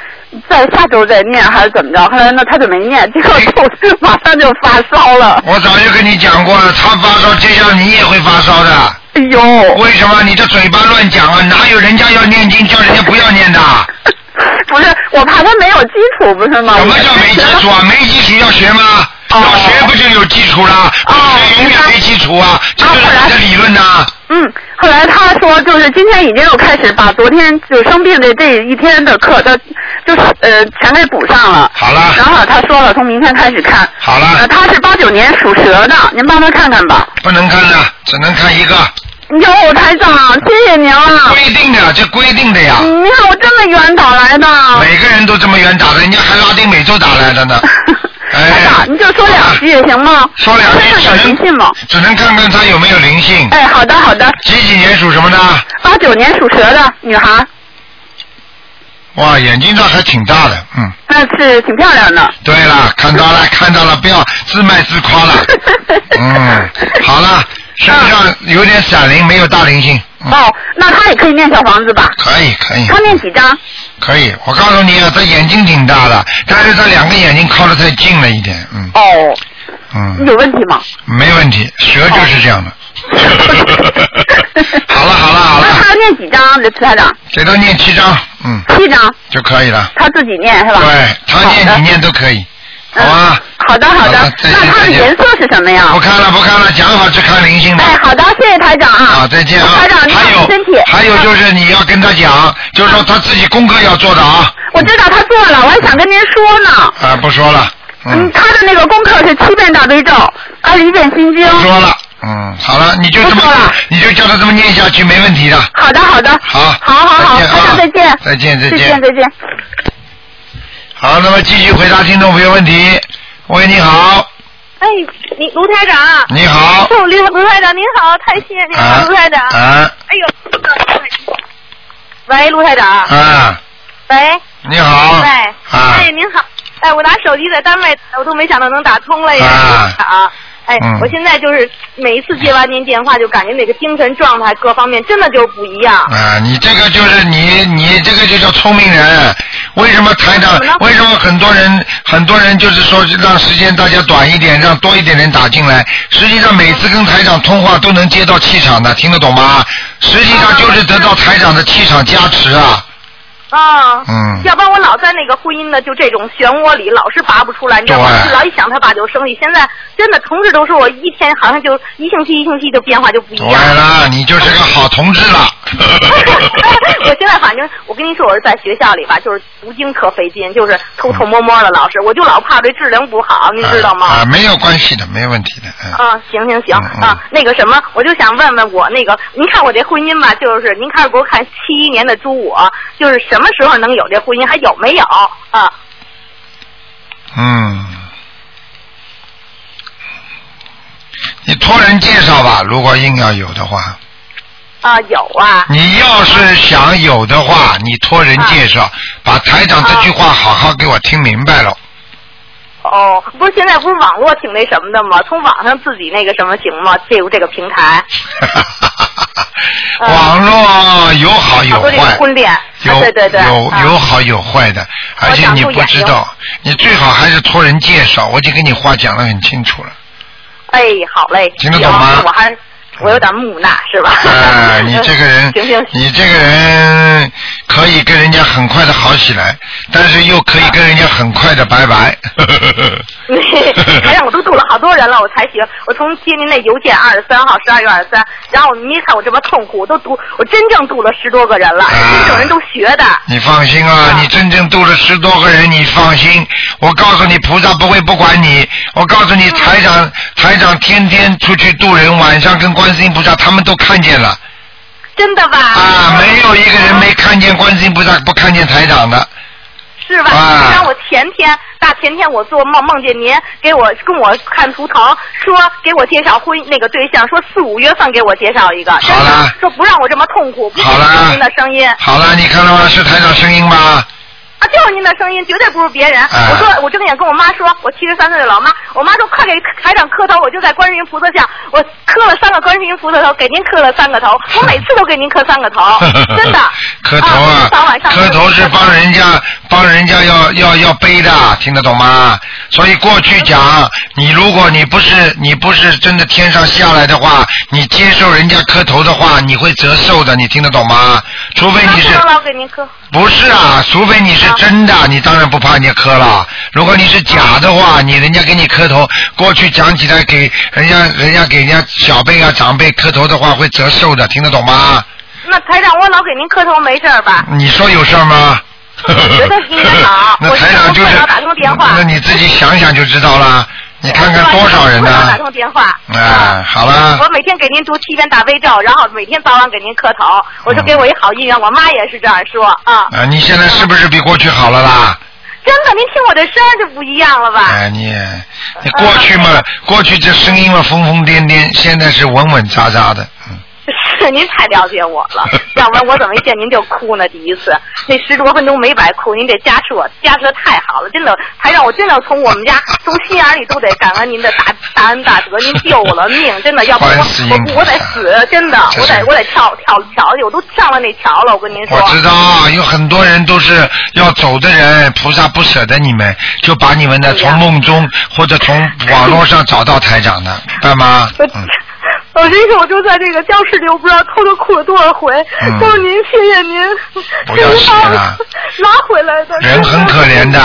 S2: 在下周再念还是怎么着？后来呢，她就没
S1: 哎
S2: 念，结果就马上就发烧了。
S1: 我早就跟你讲过了，他发烧，接下来你也会发烧的。
S2: 哎呦！
S1: 为什么？你这嘴巴乱讲啊！哪有人家要念经，叫人家不要念的？
S2: 不是，我怕他没有基础，不是吗？
S1: 什么叫没基础 啊？没基础要学吗？
S2: 哦
S1: 要学不就有基础了？不学永远没基础啊！这就是你的理论呐、
S2: 嗯，后来他说，就是今天已经又开始把昨天就生病的这一天的课都，就是呃全给补上了。
S1: 好啊了
S2: 然后他说了，从明天开始看。
S1: 好
S2: 呃，
S1: 了，
S2: 他是八九年属蛇的，您帮他看看吧。
S1: 不能看了，只能看一个，
S2: 哟，台长，谢谢您啊了。
S1: 规定的，这规定的呀。
S2: 您嗯看我这么远打来的。
S1: 每个人都这么远打的，人家还拉丁美洲打来的 呢。哎
S2: 台长，您就说两句行吗？
S1: 说两句
S2: 身上有
S1: 只
S2: 灵性吗
S1: 能？只能看看他有没有灵性。
S2: 哎，好的好的，
S1: 几几年属什么的？
S2: 八九年属蛇的女孩。
S1: 哇，眼睛倒还挺大的，嗯。
S2: 那是挺漂亮的。
S1: 对了，看到了，看到了，不要自卖自夸 了。嗯，好了，身上有点闪灵，没有大灵性。嗯，
S2: 哦，那他也可以念小房子吧？
S1: 可以，可以，
S2: 他念几张？
S1: 可以。我告诉你啊，他眼睛挺大的，但是他两个眼睛靠得太近了一点。嗯
S2: 哦，
S1: 嗯，
S2: 有问题吗？
S1: 没问题，蛇就是这样 的。好了好了好
S2: 那他
S1: 了，
S2: 要念几张？这台长，
S1: 给他念七张，嗯，
S2: 七张，
S1: 就可以了。
S2: 他自己念是吧？
S1: 对他
S2: 好
S1: 念
S2: 的
S1: 你念都可以，好
S2: 嗯
S1: 吧？
S2: 好的好
S1: 好的
S2: 的，
S1: 再见
S2: 那他
S1: 再
S2: 的
S1: 见
S2: 颜色是什么呀
S1: 不？看了不看了，讲好只看灵性的。
S2: 哎，好的，谢谢台长啊。
S1: 好，再见啊！
S2: 台长，您
S1: 还
S2: 好
S1: 有
S2: 身体。
S1: 还有就是你要跟他讲，就是说他自己功课要做的啊。
S2: 我知道他做了，我还想跟您说呢。
S1: 啊，不说了，嗯，
S2: 他的那个功课是七遍大悲咒，二十一遍心经。
S1: 不说了，嗯，好了，你就这么
S2: 不说了，
S1: 你就叫他这么念下去，没问题的。
S2: 好的好的。
S1: 好
S2: 好
S1: 再
S2: 好好，台
S1: 见啊
S2: 长再见。
S1: 再见再
S2: 再
S1: 见
S2: 见再见。
S1: 好，那么继续回答听众朋友问题。喂，你
S2: 啊
S1: 好，
S4: 哎，你卢台长，
S1: 你好，
S4: 哦，卢卢台长您好，太谢谢您
S1: 啊
S4: 了，卢台长。
S1: 啊
S4: 哎呦，喂，卢台长，
S1: 啊，
S4: 喂，
S1: 你好，
S4: 喂，
S1: 啊
S4: 哎哎，您好，哎，我拿手机在单位，我都没想到能打通了呀，
S1: 啊
S4: 啊，哎，
S1: 嗯
S4: 我现在就是每一次接完您电话，就感觉那个精神状态各方面真的就不一样。
S1: 啊，你这个就是你，你这个就叫聪明人。为什么台长
S4: 怎么了？
S1: 为什么很多人很多人就是说让时间大家短一点，让多一点人打进来？实际上每次跟台长通话都能接到气场的，听得懂吗？实际上就是得到台长的气场加持啊。
S4: 啊，
S1: 嗯
S4: 要不然我老在那个婚姻的就这种漩涡里，老是拔不出来。你知道吗？
S1: 对
S4: 老一想他爸就生气。现在真的同事都说我一天好像就一星期一星期就变化就不一
S1: 对
S4: 样。
S1: 了，你就是个好同志了。
S4: 我现在反正我跟您说，我是在学校里吧，就是读经特费劲，就是偷偷摸摸的，老是我就老怕这质量不好，您知道吗？
S1: 啊，啊没有关系的，没问题的。嗯
S4: 啊，行行行
S1: 嗯嗯
S4: 啊，那个什么，我就想问问我那个，您看我这婚姻吧，就是您开始给我看七一年的猪我，就是什么时候能有这婚姻，还有没有啊？
S1: 嗯，你托人介绍吧，如果硬要有的话，
S4: 啊，有啊，
S1: 你要是想有的话，你托人介
S4: 啊
S1: 绍，把台长这句话好好给我听明白了。
S4: 哦，不是现在不是网络挺那什么的吗？从网上自己那个什么行吗？借助这个平台，啊 嗯
S1: 网络有好有
S4: 好多这个
S1: 坏，
S4: 婚恋，啊
S1: 有
S4: 对对对，
S1: 有
S4: 啊
S1: 有好有坏的，而且你不知道，你最好还是托人介绍。我已经跟你话讲得很清楚了。
S4: 哎，好嘞，
S1: 听得懂吗
S4: 啊行我还我有点木讷是吧？，
S1: 哎，你这个人
S4: 行行行，
S1: 你这个人可以跟人家很快的好起来，但是又可以跟人家很快的拜拜。
S4: 哎呀，我都度了好多人了，我才行。我从接您那邮件二十三号，十二月二十三，然后您一看我这么痛苦，我都读，我真正度了十多个人了，
S1: 啊
S4: 这种人都学的。
S1: 你放心啊，
S4: 啊
S1: 你真正度了十多个人，你放心。我告诉你，菩萨不会不管你。我告诉你，台长台长天天出去度人，晚上跟观世音菩萨他们都看见了
S4: 真的吧？
S1: 啊，没有一个人没看见观世音菩萨，不看见台长的。
S4: 是吧？
S1: 啊
S4: 让我前天大前天我做梦梦见您给我跟我看图腾，说给我介绍婚那个对象，说四五月份给我介绍一个，真
S1: 好了
S4: 的说不让我这么痛苦，不
S1: 好了
S4: 是您的声音啊，
S1: 好了，你看到吗？是台长声音吧？
S4: 就是啊您的声音，绝对不是别人。
S1: 啊，
S4: 我说我睁眼跟我妈说，我七十三岁的老妈，我妈说快给台长磕头，我就在观世音菩萨像，我磕了三个观世音菩萨头，给您磕了三个头，我每次都给您磕三个头 真的。
S1: 磕头啊，
S4: 啊早晚上
S1: 磕头是帮人家帮人家要要要背的，听得懂吗？所以过去讲，你如果你不是你不是真的天上下来的话，你接受人家磕头的话，你会折寿的，你听得懂吗？除非
S4: 那
S1: 你
S4: 不
S1: 是
S4: 能老给您磕。
S1: 不是啊？除非你是真的，你当然不怕人家磕了。如果你是假的话，你人家给你磕头，过去讲起来给人家人家给人家小辈啊长辈磕头的话会折寿的，听得懂吗？
S4: 那台长，我老给您磕头没事儿吧？
S1: 你说有事儿吗？
S4: 哎觉得应该好
S1: 那台长就是
S4: 我是给我朋友打通电话
S1: 那你自己想想就知道了。你看看多少人
S4: 我刚打
S1: 呢？
S4: 通电话。啊
S1: 哎，好了
S4: 我，每天给您读七遍大悲咒，然后每天早晚给您磕头。我说
S1: 嗯
S4: 给我一好姻缘，我妈也是这样说啊。
S1: 啊，你现在是不是比过去好了啦？
S4: 真的，您听我这声儿就不一样了吧？
S1: 哎，你你过去嘛，过去这声音嘛疯疯癫癫，现在是稳稳扎扎的。嗯
S4: 是 您太了解我了，要不然我怎么一见您就哭呢？第一次，那十多分钟没白哭，您这加持我加持的太好了，真的，台长，我真的从我们家从心眼里都得感恩您的大大恩大德，您救我了命，真的，要不我
S1: 观世音菩萨
S4: 我我得死，真的，
S1: 这
S4: 我
S1: 是
S4: 得我得跳跳桥去，我都上了那桥了，我跟您说
S1: 我。知道有很多人都是要走的人，菩萨不舍得你们，就把你们呢
S4: 对呀
S1: 从梦中或者从网络上找到台长 的，干嘛？
S4: 我
S1: 嗯。
S4: 我真是，我就在这个教室里，我不知道偷偷哭了多少回
S1: 嗯。
S4: 都是您，谢谢您，
S1: 不
S4: 是
S1: 要
S4: 您把
S1: 谢
S4: 我
S1: 了
S4: 拉回来的。
S1: 人很可怜 的，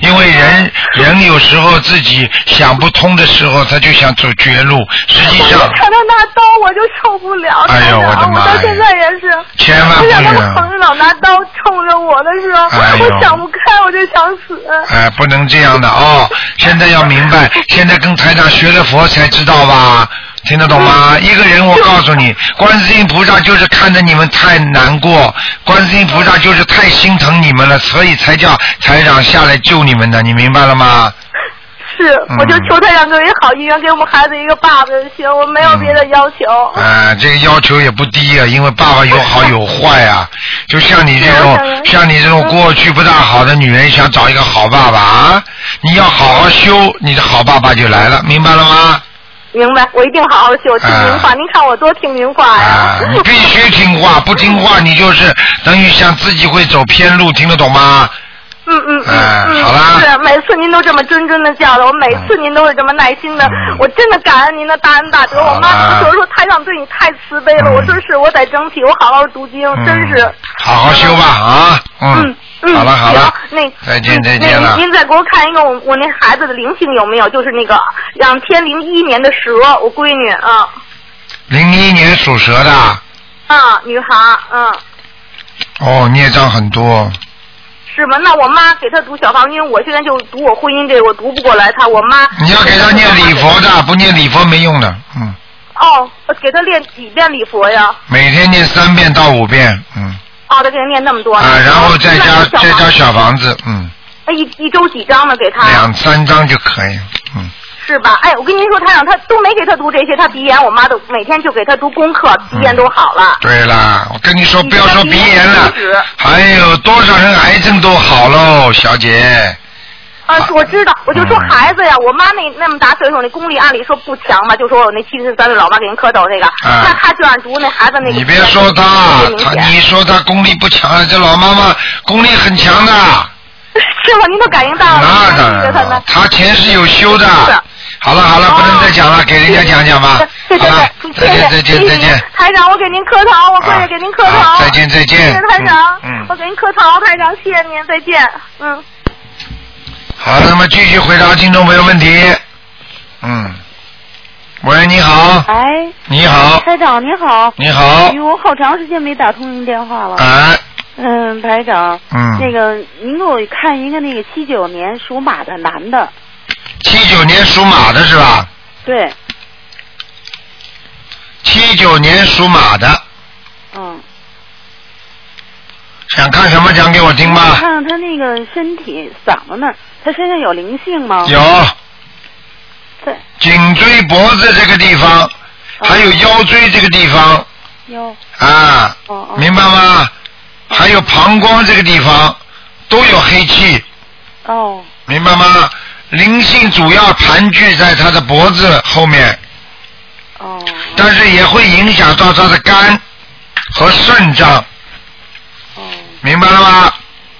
S1: 因为人人有时候自己想不通的时候，他就想走绝路。实际
S4: 我
S1: 上
S4: 就，看到那刀，我就受不了。
S1: 哎呦
S4: 台长
S1: 我的妈呀哎
S4: 到现在也是，
S1: 千万不
S4: 我想到
S1: 忍
S4: 我朋友老拿刀冲着我的时候，
S1: 哎呦
S4: 我想不开，我就想死。
S1: 哎，不能这样的哦。现在要明白，现在跟台长学了佛才知道吧。听得懂吗？一个人，我告诉你，观世音菩萨就是看着你们太难过，观世音菩萨就是太心疼你们了，所以才叫台长下来救你们的，你明白了吗？
S4: 是，
S1: 嗯
S4: 我就求台长给我一好姻缘，给我们孩子一个爸爸就行，我没
S1: 嗯
S4: 有别的要求。
S1: 啊，这个要求也不低啊，因为爸爸有好有坏啊。就像你这种
S4: 对我，想
S1: 像你这种过去不大好的女人，想找一个好爸爸啊，你要好好修，你的好爸爸就来了，明白了吗？
S4: 明白，我一定好好修，听您话。
S1: 啊
S4: 您看我多听您话呀
S1: 啊，。你必须听话，不听话你就是等于像自己会走偏路，听得懂吗？
S4: 嗯嗯
S1: 哎
S4: 嗯嗯，
S1: 好啦
S4: 是每次您都这么谆谆的教的，我每次您都是这么耐心的
S1: 嗯，
S4: 我真的感恩您的大恩大德。
S1: 好啦
S4: 我妈有时候台长对你太慈悲了，
S1: 嗯
S4: 我真是我得争气，我好好读经，
S1: 嗯
S4: 哦真是。
S1: 好好修吧啊，
S4: 嗯嗯，
S1: 好了好了
S4: 行，那
S1: 再见
S4: 嗯
S1: 再见
S4: 那
S1: 了
S4: 您您再给我看一个我我那孩子的灵性有没有？就是那个两千零一年的蛇，我闺女啊
S1: 零一年属蛇的，
S4: 啊，女孩儿嗯。
S1: 哦，孽障很多，
S4: 是吗？那我妈给她读小房，因为我现在就读我婚姻这个，我读不过来她。我妈
S1: 你要给他念礼佛 的，不念礼佛没用的，嗯，
S4: 哦，给她练几遍礼佛呀？
S1: 每天念三遍到五遍，嗯，
S4: 哦，她给她念那么多
S1: 啊，然后再加
S4: 那
S1: 再
S4: 小
S1: 加
S4: 房
S1: 小房子，嗯，
S4: 哎一一周几张呢？给她
S1: 两三张就可以，嗯，
S4: 是吧？哎，我跟您说，她让她都没给她读这些，她鼻炎，我妈都每天就给她读功课，鼻
S1: 嗯
S4: 炎都好了。啊
S1: 对啦，我跟你说，
S4: 你
S1: 不要说
S4: 这
S1: 鼻
S4: 个鼻
S1: 炎
S4: 炎
S1: 了
S4: 不止，
S1: 还有多少人癌症都好喽，小姐，
S4: 啊
S1: 啊，
S4: 我知道，我就说
S1: 嗯
S4: 孩子呀，我妈那那么大岁数，那功力按理说不强吧，就说我那七十三岁老妈给人磕头那个，
S1: 啊
S4: 那她就让读那孩子那个。
S1: 你别说她
S4: 特别，明
S1: 她
S4: 显
S1: 你说她功力不强，啊这老妈妈功力很强的，
S4: 是吗？您都感应到了，
S1: 那当
S4: 您觉得
S1: 然
S4: 他
S1: 了
S4: 们，
S1: 她前世有修的
S4: 是的。
S1: 好了好了，不能再讲了，给人家讲讲吧。
S4: 对
S1: 啊好
S4: 对
S1: 了，
S4: 对，
S1: 再
S4: 谢
S1: 见
S4: 谢
S1: 再见再见。
S4: 台长，我给您磕头，我跪
S1: 啊
S4: 着给您磕
S1: 好
S4: 头。
S1: 再见再见
S4: 谢谢台长
S1: 嗯嗯，
S4: 我给您磕头，台长，谢谢您，再见，嗯。
S1: 好，那么继续回答听众朋友问题。嗯，喂，你好，
S2: 哎，
S1: 你好，
S2: 台长您好。
S1: 你好
S2: 哎，呦，我好长时间没打通您电话了。
S1: 哎，
S2: 嗯，台长，
S1: 嗯，
S2: 那个您给我看一个那个七九年属马的男的，
S1: 七九年属马的是吧？
S2: 对，
S1: 七九年属马的，
S2: 嗯，
S1: 想看什么讲给我听
S2: 我
S1: 吧。
S2: 看看他那个身体嗓子那儿，他身上有灵性吗？
S1: 有
S2: 对，哦
S1: 颈椎、脖子这个地方，还有腰椎这个地方
S2: 有，
S1: 啊，
S2: 哦哦，
S1: 明白吗？还有膀胱这个地方都有黑气，
S2: 哦，
S1: 明白吗？灵性主要盘踞在他的脖子后面，
S2: 哦，
S1: 但是也会影响到他的肝和肾脏，
S2: 哦，
S1: 明白了吗？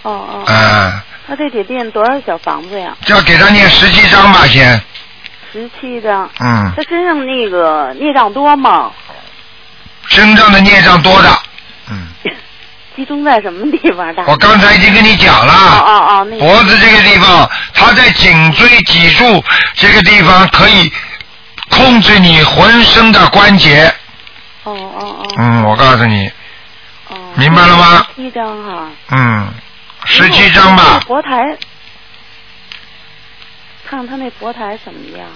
S2: 哦哦，
S1: 啊，
S2: 他这得练多少小房子呀？
S1: 要给他念十七章吧，先，
S2: 十七张。
S1: 嗯，
S2: 他身上那个孽障多吗？
S1: 身上的孽障多的，嗯。
S2: 集中在什么地方大？
S1: 我刚才已经跟你讲了，
S2: 哦哦哦那个
S1: 脖子这个地方，它在颈椎、脊柱这个地方可以控制你浑身的关节。
S2: 哦哦哦
S1: 嗯，我告诉你，
S2: 哦，
S1: 嗯明白了吗？
S2: 七张哈、
S1: 嗯，十七张吧。
S2: 佛台，看看他那佛台怎么样？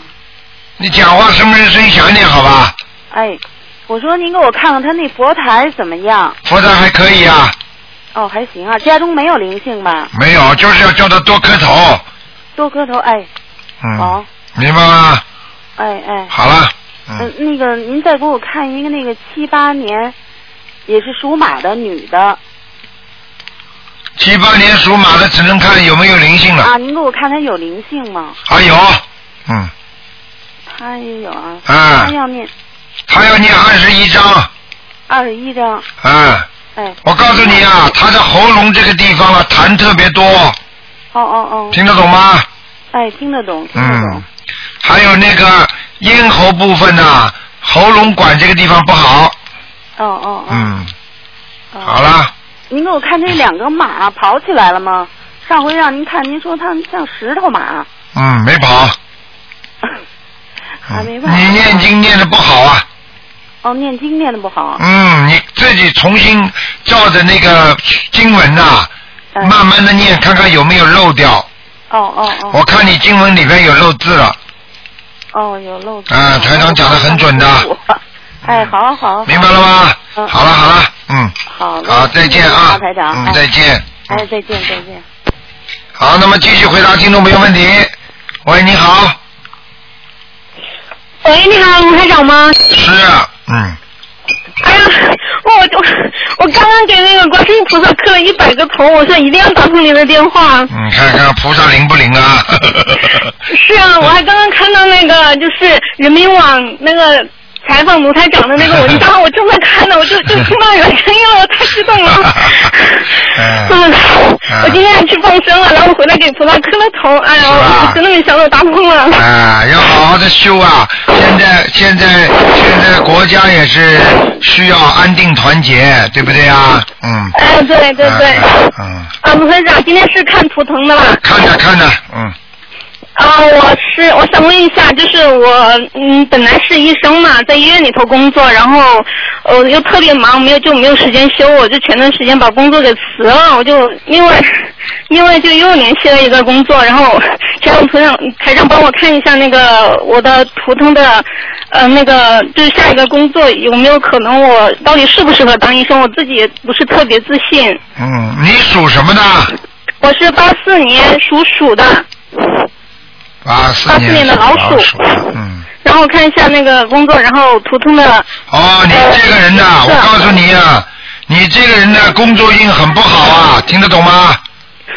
S1: 你讲话是不是声音响一点，好吧？
S2: 哎，我说您给我看看他那佛台怎么样？
S1: 佛台还可以啊，
S2: 哦，还行啊，家中没有灵性吧？
S1: 没有，就是要叫他多磕头。
S2: 多磕头，哎，
S1: 嗯，
S2: 好、
S1: 明白吗？
S2: 哎哎，
S1: 好了，
S2: 嗯、
S1: 嗯，
S2: 那个您再给我看一个那个七八年，也是属马的女的
S1: 七八年属马的只能看有没有灵性了
S2: 啊，。您给我看她有灵性吗？
S1: 啊，有，嗯，
S2: 她也有啊，
S1: 啊
S2: 她，要念
S1: 他要念二十一章，
S2: 二十一张，
S1: 嗯。
S2: 哎，
S1: 我告诉你啊，他的喉咙这个地方啊，痰特别多，
S2: 哦哦哦，
S1: 听得懂吗？
S2: 哎，听得懂，听得懂
S1: 嗯，，还有那个咽喉部分呐、喉咙管这个地方不好。
S2: 哦哦哦，
S1: 嗯，
S2: 哦
S1: 好了，
S2: 您给我看这两个马跑起来了吗？上回让您看，您说它们像石头马，
S1: 嗯，没 跑。
S2: 还没
S1: 嗯
S2: 办法。
S1: 你念经念的不好啊，
S2: 哦，念经念的不好。
S1: 嗯，你自己重新照着那个经文呐、
S2: 哎
S1: 慢慢的念，看看有没有漏掉。
S2: 哦哦
S1: 我
S2: 哦
S1: 看你经文里边有漏字了，
S2: 哦，有漏字。
S1: 啊台长讲得很准的
S2: 哎，好啊好啊，
S1: 明白了吗？
S2: 嗯
S1: 好了好了，嗯，
S2: 好嘞。
S1: 好，再见啊
S2: 谢谢台，长。
S1: 嗯，
S2: 哎
S1: 再见。
S2: 哎，再见再见。
S1: 好，那么继续回答听众朋友问题。喂，你好，
S5: 喂，你好，卢台长吗？
S1: 啊是，嗯，
S5: 哎呀，我我我刚刚给
S2: 给那个观世音菩萨磕了一百个头，我说一定要打通您的电话。
S1: 你看看菩萨灵不灵啊？
S2: 是啊，我还刚刚看到那个就是人民网那个采访卢台长的那个文章，我正在看呢，我就就听到有人声音了，我太激动了。
S1: 哎
S2: 嗯，我今
S1: 啊
S2: 天还去放生了，然后回来给菩萨磕了头，哎呀，我真的没想到打通了。
S1: 啊，要好好的修啊！现在现在现在国家也是需要安定团结，对不对啊？嗯。
S2: 哎，对对对。
S1: 嗯，
S2: 啊，卢台长，今天是看图腾的吧？
S1: 看着看着，嗯
S2: 啊，我是我想问一下，就是我嗯，本来是医生嘛，在医院里头工作，然后呃又特别忙，没有就没有时间休，我就前段时间把工作给辞了，我就另外 另外就又联系了一个工作，然后 请我图长台长帮我看一下那个我的图腾的呃那个就是下一个工作有没有可能我到底适不适合当医生，我自己也不是特别自信。
S1: 嗯，你属什么的？
S2: 我是八四年属鼠的。
S1: 八啊四
S2: 84
S1: 年
S2: 年的
S1: 属
S2: 老
S1: 老
S2: 鼠
S1: 鼠，嗯。
S2: 然后看一下那个工作，然后图腾的
S1: 哦，你这个人呐，
S2: 呃
S1: 我告诉你啊，你这个人呢，工作运很不好啊，听得懂吗？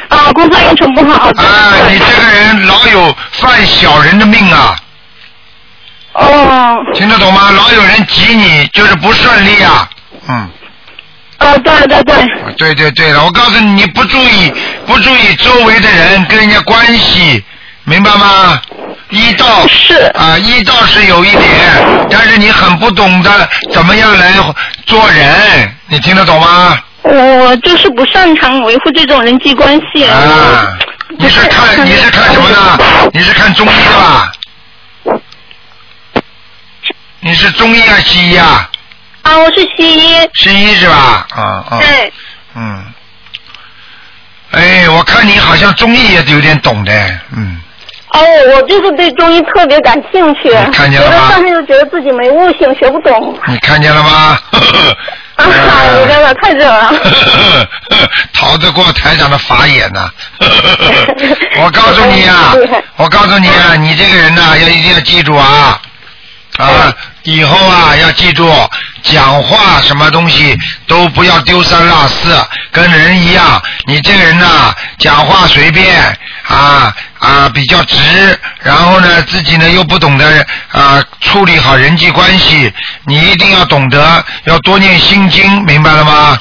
S2: 啊，工作运程不好。
S1: 啊，你这个人老有犯小人的命啊，
S2: 哦，
S1: 听得懂吗？老有人挤你，就是不顺利啊。嗯，
S2: 哦，对对对，
S1: 啊对对对了，我告诉你，你不注意，不注意周围的人跟人家关系，明白吗？医道
S2: 是
S1: 啊，医道是有一点，但是你很不懂得怎么样来做人，你听得懂吗？
S2: 我就是不擅长维护这种人际关系。
S1: 啊，你是 看你是看什么呢？你是看中医的吧？你是中医还是西医啊？
S2: 啊，我是西医。
S1: 西医是吧？啊啊，
S2: 对，
S1: 嗯。哎，我看你好像中医也有点懂的，嗯，
S2: 哦，我就是对中医特别感兴趣，
S1: 你看见
S2: 觉
S1: 了
S2: 得
S1: 吗
S2: 但是又觉得自己没悟性，学不懂。
S1: 你看见了 吗？
S2: 啊，我真的太热了。
S1: 逃得过台长的法眼 呐、我告诉你啊
S2: 哎厉害，
S1: 我告诉你啊，你这个人呐、要一定要记住啊，啊，以后啊要记住，讲话什么东西都不要丢三落四，跟人一样。你这个人呐、讲话随便啊啊，比较直，然后呢自己呢又不懂得啊处理好人际关系，你一定要懂得要多念心经，明白了吗？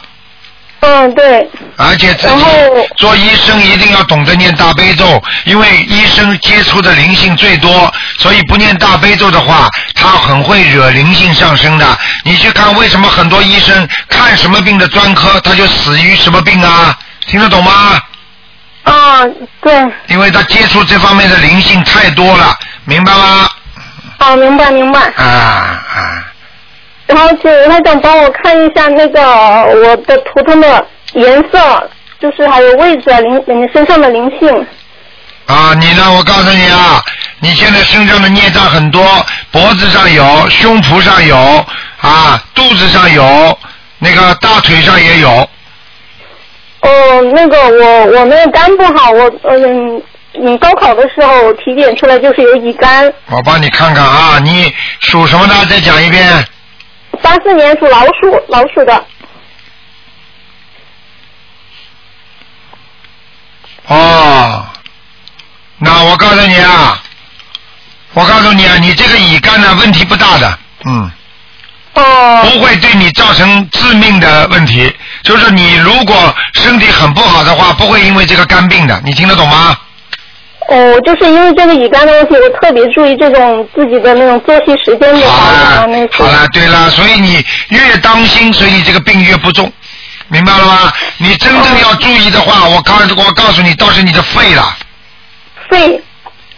S2: 嗯，对，
S1: 而且自己
S2: 然后
S1: 做医生一定要懂得念大悲咒，因为医生接触的灵性最多，所以不念大悲咒的话，他很会惹灵性上升的。你去看为什么很多医生看什么病的专科，他就死于什么病啊？听得懂吗？
S2: 啊，对，
S1: 因为他接触这方面的灵性太多了，明白吗？
S2: 哦，明白明白。
S1: 啊啊，
S2: 然后请台长帮我看一下那个我的图腾的颜色，就是还有位置啊，灵你身上的灵性。
S1: 啊，你呢？我告诉你啊，你现在身上的孽障很多，脖子上有，胸脯上有，啊，肚子上有，那个大腿上也有，
S2: 哦，那个我我那个肝不好，我嗯嗯高考的时候体检出来就是有乙肝，
S1: 我帮你看看啊，你属什么的？再讲一遍。
S2: 八四年属老鼠老鼠的。
S1: 哦，那我告诉你啊，我告诉你啊，你这个乙肝呢，问题不大的，嗯。
S2: 哦
S1: 不会对你造成致命的问题，就是你如果身体很不好的话，不会因为这个肝病的，你听得懂吗？
S2: 哦，就是因为这个乙肝的问题，我特别注意这种自己的那种作息时间的
S1: 好
S2: 啊
S1: 了
S2: 那，
S1: 好
S2: 些。
S1: 了，对了，所以你越当心，所以你这个病越不重，明白了吗？
S2: 嗯
S1: 你真正要注意的话，
S2: 哦
S1: 我告我告诉你，倒是你的肺了。
S2: 肺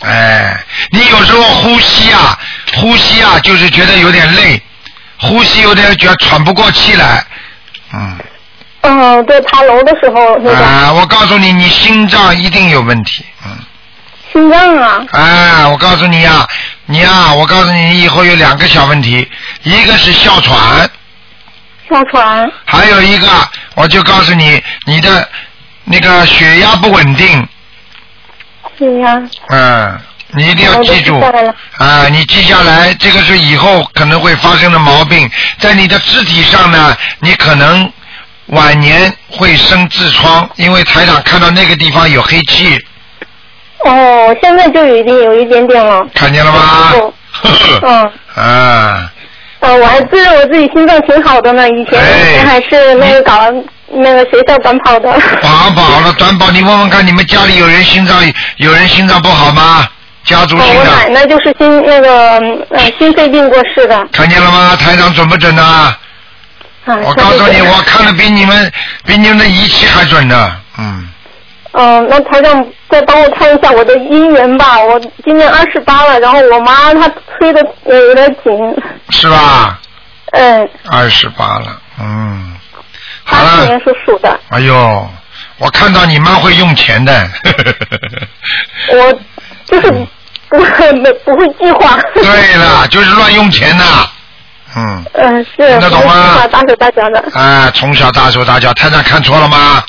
S1: 哎，你有时候呼吸啊，呼吸啊，就是觉得有点累，呼吸有点觉得喘不过气来，嗯，
S2: 嗯，对，爬楼的时候那个、
S1: 啊，我告诉你，你心脏一定有问题，嗯。
S2: 心脏啊，
S1: 哎，我告诉你呀、你呀、我告诉你，你以后有两个小问题，一个是哮喘，
S2: 哮喘。
S1: 还有一个，我就告诉你，你的那个血压不稳定，
S2: 对呀、
S1: 嗯，你一定要记住
S2: 好的记下来了
S1: 啊，你记下来，这个是以后可能会发生的毛病，在你的肢体上呢，你可能晚年会生痔疮，因为台长看到那个地方有黑气，
S6: 哦，现在就有一点有一点点了。
S1: 看见了吗？
S6: 嗯嗯，
S1: 啊，
S6: 呃，我还自认为自己心脏挺好的呢，
S1: 哎
S6: 以前以前还是那个搞那个学校短跑的。
S1: 短跑了，短跑，你问问看，你们家里有人心脏有人心脏不好吗？家族
S6: 哦，
S1: 性
S6: 我
S1: 的，
S6: 奶奶就是心那个嗯呃心肺病过世的。
S1: 看见了吗？台长准不准呢、
S6: 啊，
S1: 我告诉
S6: 是
S1: 你，
S6: 这个
S1: 我看的比你们比你们的仪器还准呢。嗯，
S6: 嗯，那台长再帮我看一下我的姻缘吧。我今年二十八了，然后我妈她催的呃有点紧，
S1: 是吧？
S6: 嗯，
S1: 二十八了，嗯，好
S6: 八四
S1: 了
S6: 年，属鼠的。
S1: 哎呦，我看到你妈会用钱的，
S6: 我就是
S1: 嗯
S6: 不会没不会计划。
S1: 对了，就是乱用钱呐，嗯，
S6: 嗯，是
S1: 听得懂吗
S6: 不会计划大手大脚的，
S1: 啊，从小大手大脚，台长看错了吗？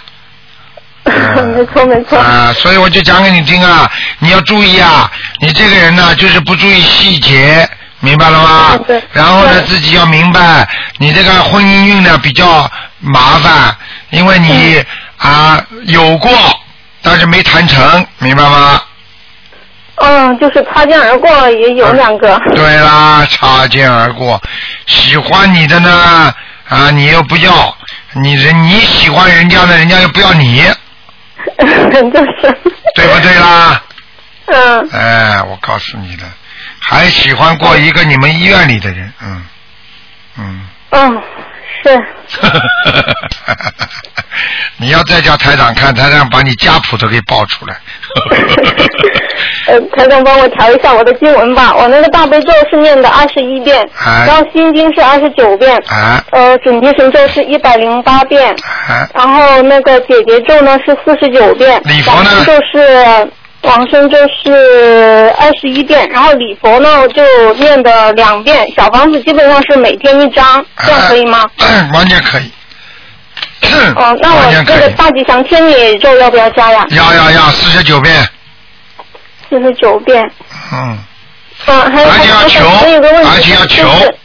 S6: 没错没错。
S1: 啊，所以我就讲给你听啊，你要注意啊，你这个人呢、就是不注意细节，明白了吗
S6: 嗯对？
S1: 然后呢，
S6: 对
S1: 自己要明白，你这个婚姻运呢比较麻烦，因为
S6: 嗯
S1: 你啊有过，但是没谈成，明白吗？
S6: 嗯，就是擦肩而过也
S1: 啊
S6: 有两个。
S1: 对啦，擦肩而过，喜欢你的呢啊，你又不要，你人你喜欢人家的，人家又不要你，
S6: 就是，
S1: 对不对啦？
S6: 嗯，
S1: 哎，我告诉你的，还喜欢过一个你们医院里的人，嗯，嗯，
S6: 嗯，是，
S1: 你要再叫台长看，台长把你家谱都给报出来。
S6: 呃，台长帮我调一下我的经文吧。我那个大悲咒是念的二十一遍，
S1: 哎
S6: 然后心经是二十九遍，
S1: 啊
S6: 呃，准提神咒是一百零八遍，
S1: 啊！
S6: 然后那个解结咒呢是四十九遍，
S1: 礼佛呢
S6: 往生咒是往生咒是二十一遍，然后礼佛呢我就念的两遍，小房子基本上是每天一张，这样可以吗？
S1: 哎完全可以。
S6: 哦，那
S1: 哎完
S6: 我
S1: 全
S6: 这
S1: 可
S6: 个
S1: 以。
S6: 大吉祥天女咒要不要加呀？
S1: 要要要，四十九遍，
S6: 四十九遍。
S1: 嗯，
S6: 嗯，还有
S1: 而且要
S6: 我
S1: 求
S6: 想问一个问题，
S1: 而且要求嗯
S6: 就是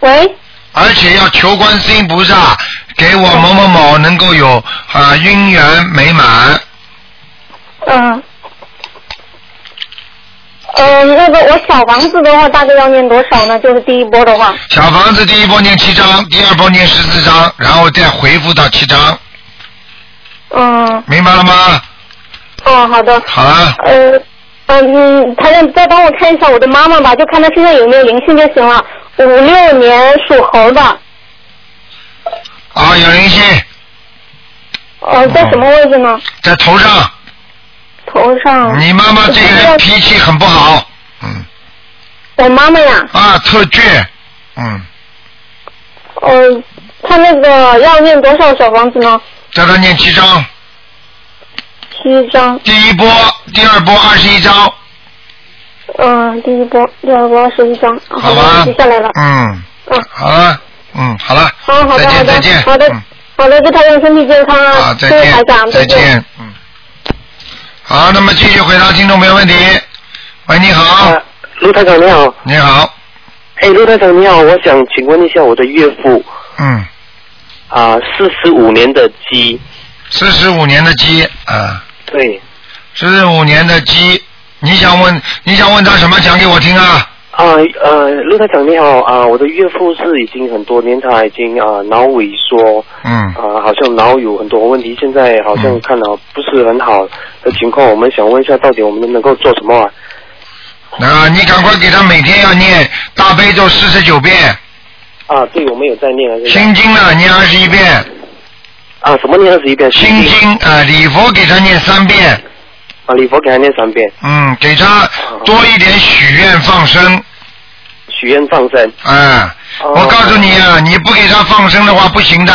S6: 喂，
S1: 而且要求观世音菩萨给我某某某能够有啊姻缘美满，
S6: 嗯。嗯，那个我小房子的话，大概要念多少呢？就是第一波的话，
S1: 小房子第一波念七章，第二波念十四章，然后再回复到七章，
S6: 嗯，
S1: 明白了吗？
S6: 哦，好的，
S1: 好了，
S6: 呃，嗯，台长，再帮我看一下我的妈妈吧，就看她身上有没有灵性就行了。五六年属猴的，
S1: 啊，有灵性
S6: 呃，在什么位置呢？
S1: 在头上。
S6: 头上。
S1: 你妈妈这个人脾气很不好，嗯，
S6: 我妈妈呀，
S1: 啊，特倔，嗯，
S6: 嗯，她那个要念多少小房子呢？
S1: 叫她念七章，
S6: 七张，
S1: 第一波、第二波二十一章，
S6: 嗯，第一波，第二波十一张，
S1: 好吧
S6: 的，记下来了。
S1: 嗯，
S6: 嗯，
S1: 好了，嗯，好了，
S6: 好好
S1: 再
S6: 的，好
S1: 见，
S6: 的
S1: 再见，，
S6: 好的
S1: 嗯。，
S6: 好的，祝台长身体健康
S1: 好，
S6: 啊！
S1: 再
S6: 各位台长
S1: 见，，再见。，嗯。好，那么继续回答听众朋友问题。喂，你好，
S6: 呃
S7: 啊，卢台长你好，
S1: 你好，
S7: 哎，卢台长你好，我想请问一下我的岳父
S1: 嗯，
S7: 啊，四十五年的鸡，
S1: 四十五年的鸡啊，
S7: 对，
S1: 四十五年的鸡，你想问你想问他什么？讲给我听啊。
S7: 啊呃，卢台长你好啊，我的岳父是已经很多年他已经啊脑萎缩
S1: 嗯
S7: 啊，好像脑有很多问题，现在好像
S1: 嗯
S7: 看了不是很好的情况，我们想问一下到底我们能够做什么啊？
S1: 那、啊你赶快给他每天要念大悲咒四十九遍，
S7: 啊，对，我们有在念啊，现在
S1: 心经呢念二十一遍，
S7: 啊，什么念二十一遍
S1: 心经啊、呃礼佛给他念三遍，
S7: 啊，礼佛给他念三遍，
S1: 嗯，给他多一点许愿放生，
S7: 许愿放生。
S1: 哎、我告诉你啊，你不给他放生的话不行的。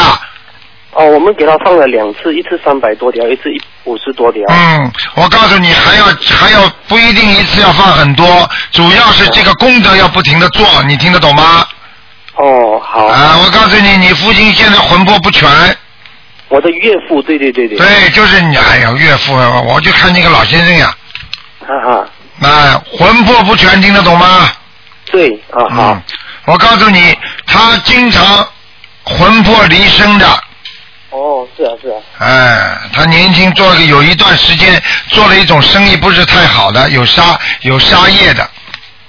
S7: 哦，我们给他放了两次，一次三百多条，一次一五十多条。
S1: 嗯，我告诉你，还要还要不一定一次要放很多，主要是这个功德要不停的做，你听得懂吗？
S7: 哦，好。
S1: 啊，我告诉你，你父亲现在魂魄不全，
S7: 我的岳父，对对对对。
S1: 对，就是你，哎呀，岳父，啊，我就看那个老先生呀，
S7: 哈哈，
S1: 那魂魄不全，听得懂吗？嗯
S7: 对啊，好
S1: 嗯，我告诉你，他经常魂魄离身的，
S7: 是啊是啊，
S1: 哎，他年轻做了有一段时间做了一种生意不是太好的，有沙有沙业的，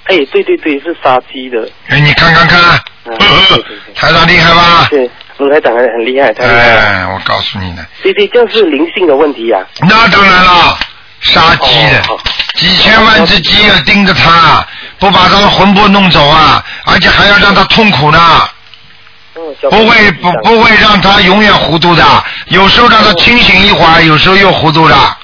S7: 哎，对对对，是杀鸡的。
S1: 哎，你看看看，
S7: 嗯，对对对
S1: 台长厉害吧？
S7: 对，卢台长很很厉害，太厉害了。
S1: 哎，我告诉你呢，
S7: 对对，这是灵性的问题呀、
S1: 那当然了，杀鸡
S7: 哦
S1: 的，几千万只鸡要盯着他，不把他的魂魄弄走啊，而且还要让他痛苦呢。
S7: 哦
S1: 不会不不会让他永远糊涂的，有时候
S7: 哦
S1: 让他清醒一会儿，有时候又糊涂了。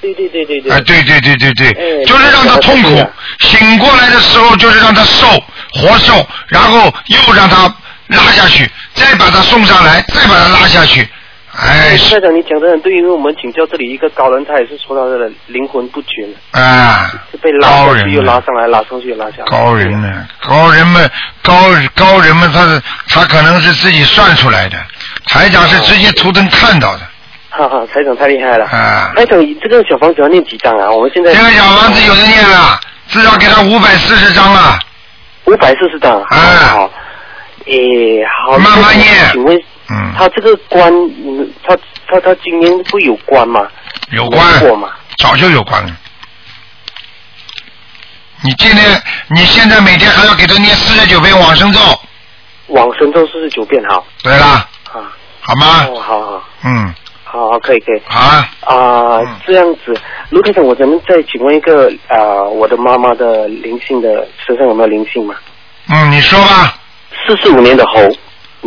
S7: 对对对对对。哎
S1: 哎，对对对对对，就是让他痛
S7: 对
S1: 苦
S7: 的，
S1: 醒过来的时候就是让他受活受，然后又让他拉下去，再把他送上来，再把他拉下去。哎，
S7: 台长，你讲的很对，因为我们请教这里一个高人，他也是说到的灵魂不全，
S1: 啊，
S7: 就被拉
S1: 高
S7: 上
S1: 人
S7: 去又
S1: 了
S7: 拉上来，拉上去又拉下来。
S1: 高人们，高人们，高高人们，他是他可能是自己算出来的，台长是直接图腾看到的。
S7: 哈哈，台长太厉害了。
S1: 啊，
S7: 台长，这个小房子要念几张啊？我们现在
S1: 这个小房子有的念了，至少给他五百四十张啊了。
S7: 五百四十张。啊。好，诶，好。慢慢念。请问，
S1: 嗯，
S7: 他这个关，嗯他他他今年会有关吗？
S1: 有关，
S7: 过吗？
S1: 早就有关了。你今天，你现在每天还要给他念四十九遍往生咒，
S7: 往生咒四十九遍，好。
S1: 对啦，
S7: 啊。
S1: 好吗？
S7: 哦，好好。
S1: 嗯，
S7: 好好，可以可以。
S1: 好啊。
S7: 啊、这样子，卢科长，我咱们再请问一个啊、我的妈妈的灵性的身上有没有灵性吗？
S1: 嗯，你说吧。
S7: 四十五年的猴，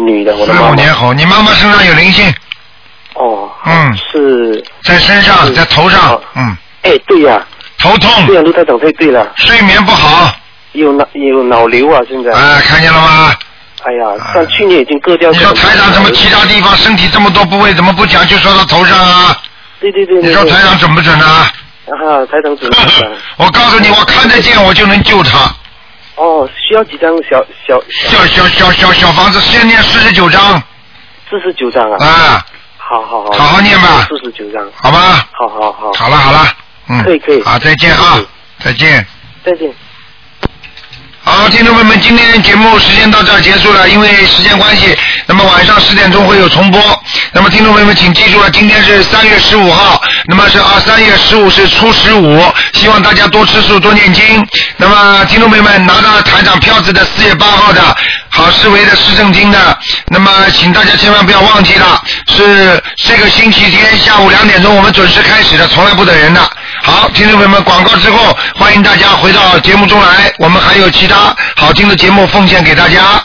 S7: 女的，我的
S1: 四
S7: 妈
S1: 五
S7: 妈。
S1: 年猴，你妈妈身上有灵性，
S7: 哦，
S1: 嗯，
S7: 是
S1: 在身上，在头上，嗯，
S7: 哎，对呀、
S1: 头痛。
S7: 对呀、卢台长，太对了。
S1: 睡眠不好。
S7: 有脑有脑瘤啊，现在。
S1: 啊，看见了吗？
S7: 哎呀，但去年已经割掉。你说台
S1: 长怎么其他地方身体这么多部位怎么不讲，就说到头上啊？
S7: 对对对。
S1: 你说台长准不准啊？
S7: 啊，台长准了。
S1: 我告诉你，我看得见，我就能救他。
S7: 哦，需要几张小小
S1: 小小小小小房子，先念四十九章，
S7: 四十九张啊？
S1: 啊。
S7: 好好好。
S1: 好好念吧
S7: 四十九张。
S1: 好吧？
S7: 好好好。
S1: 好了好了，嗯，
S7: 可以可以。
S1: 好，再见啊，再见。
S7: 再见。
S1: 好，听众朋友们，今天节目时间到这儿结束了，因为时间关系，那么晚上十点钟会有重播。那么听众朋友们，请记住了，今天是三月十五号，那么是啊，三月十五是初十五，希望大家多吃素，多念经。那么听众朋友们，拿到台长票子的四月八号的好思维的市政经的，那么请大家千万不要忘记了，是这个星期天下午两点钟我们准时开始的，从来不等人的。好，听众朋友们，广告之后，欢迎大家回到节目中来，我们还有其他好听的节目奉献给大家。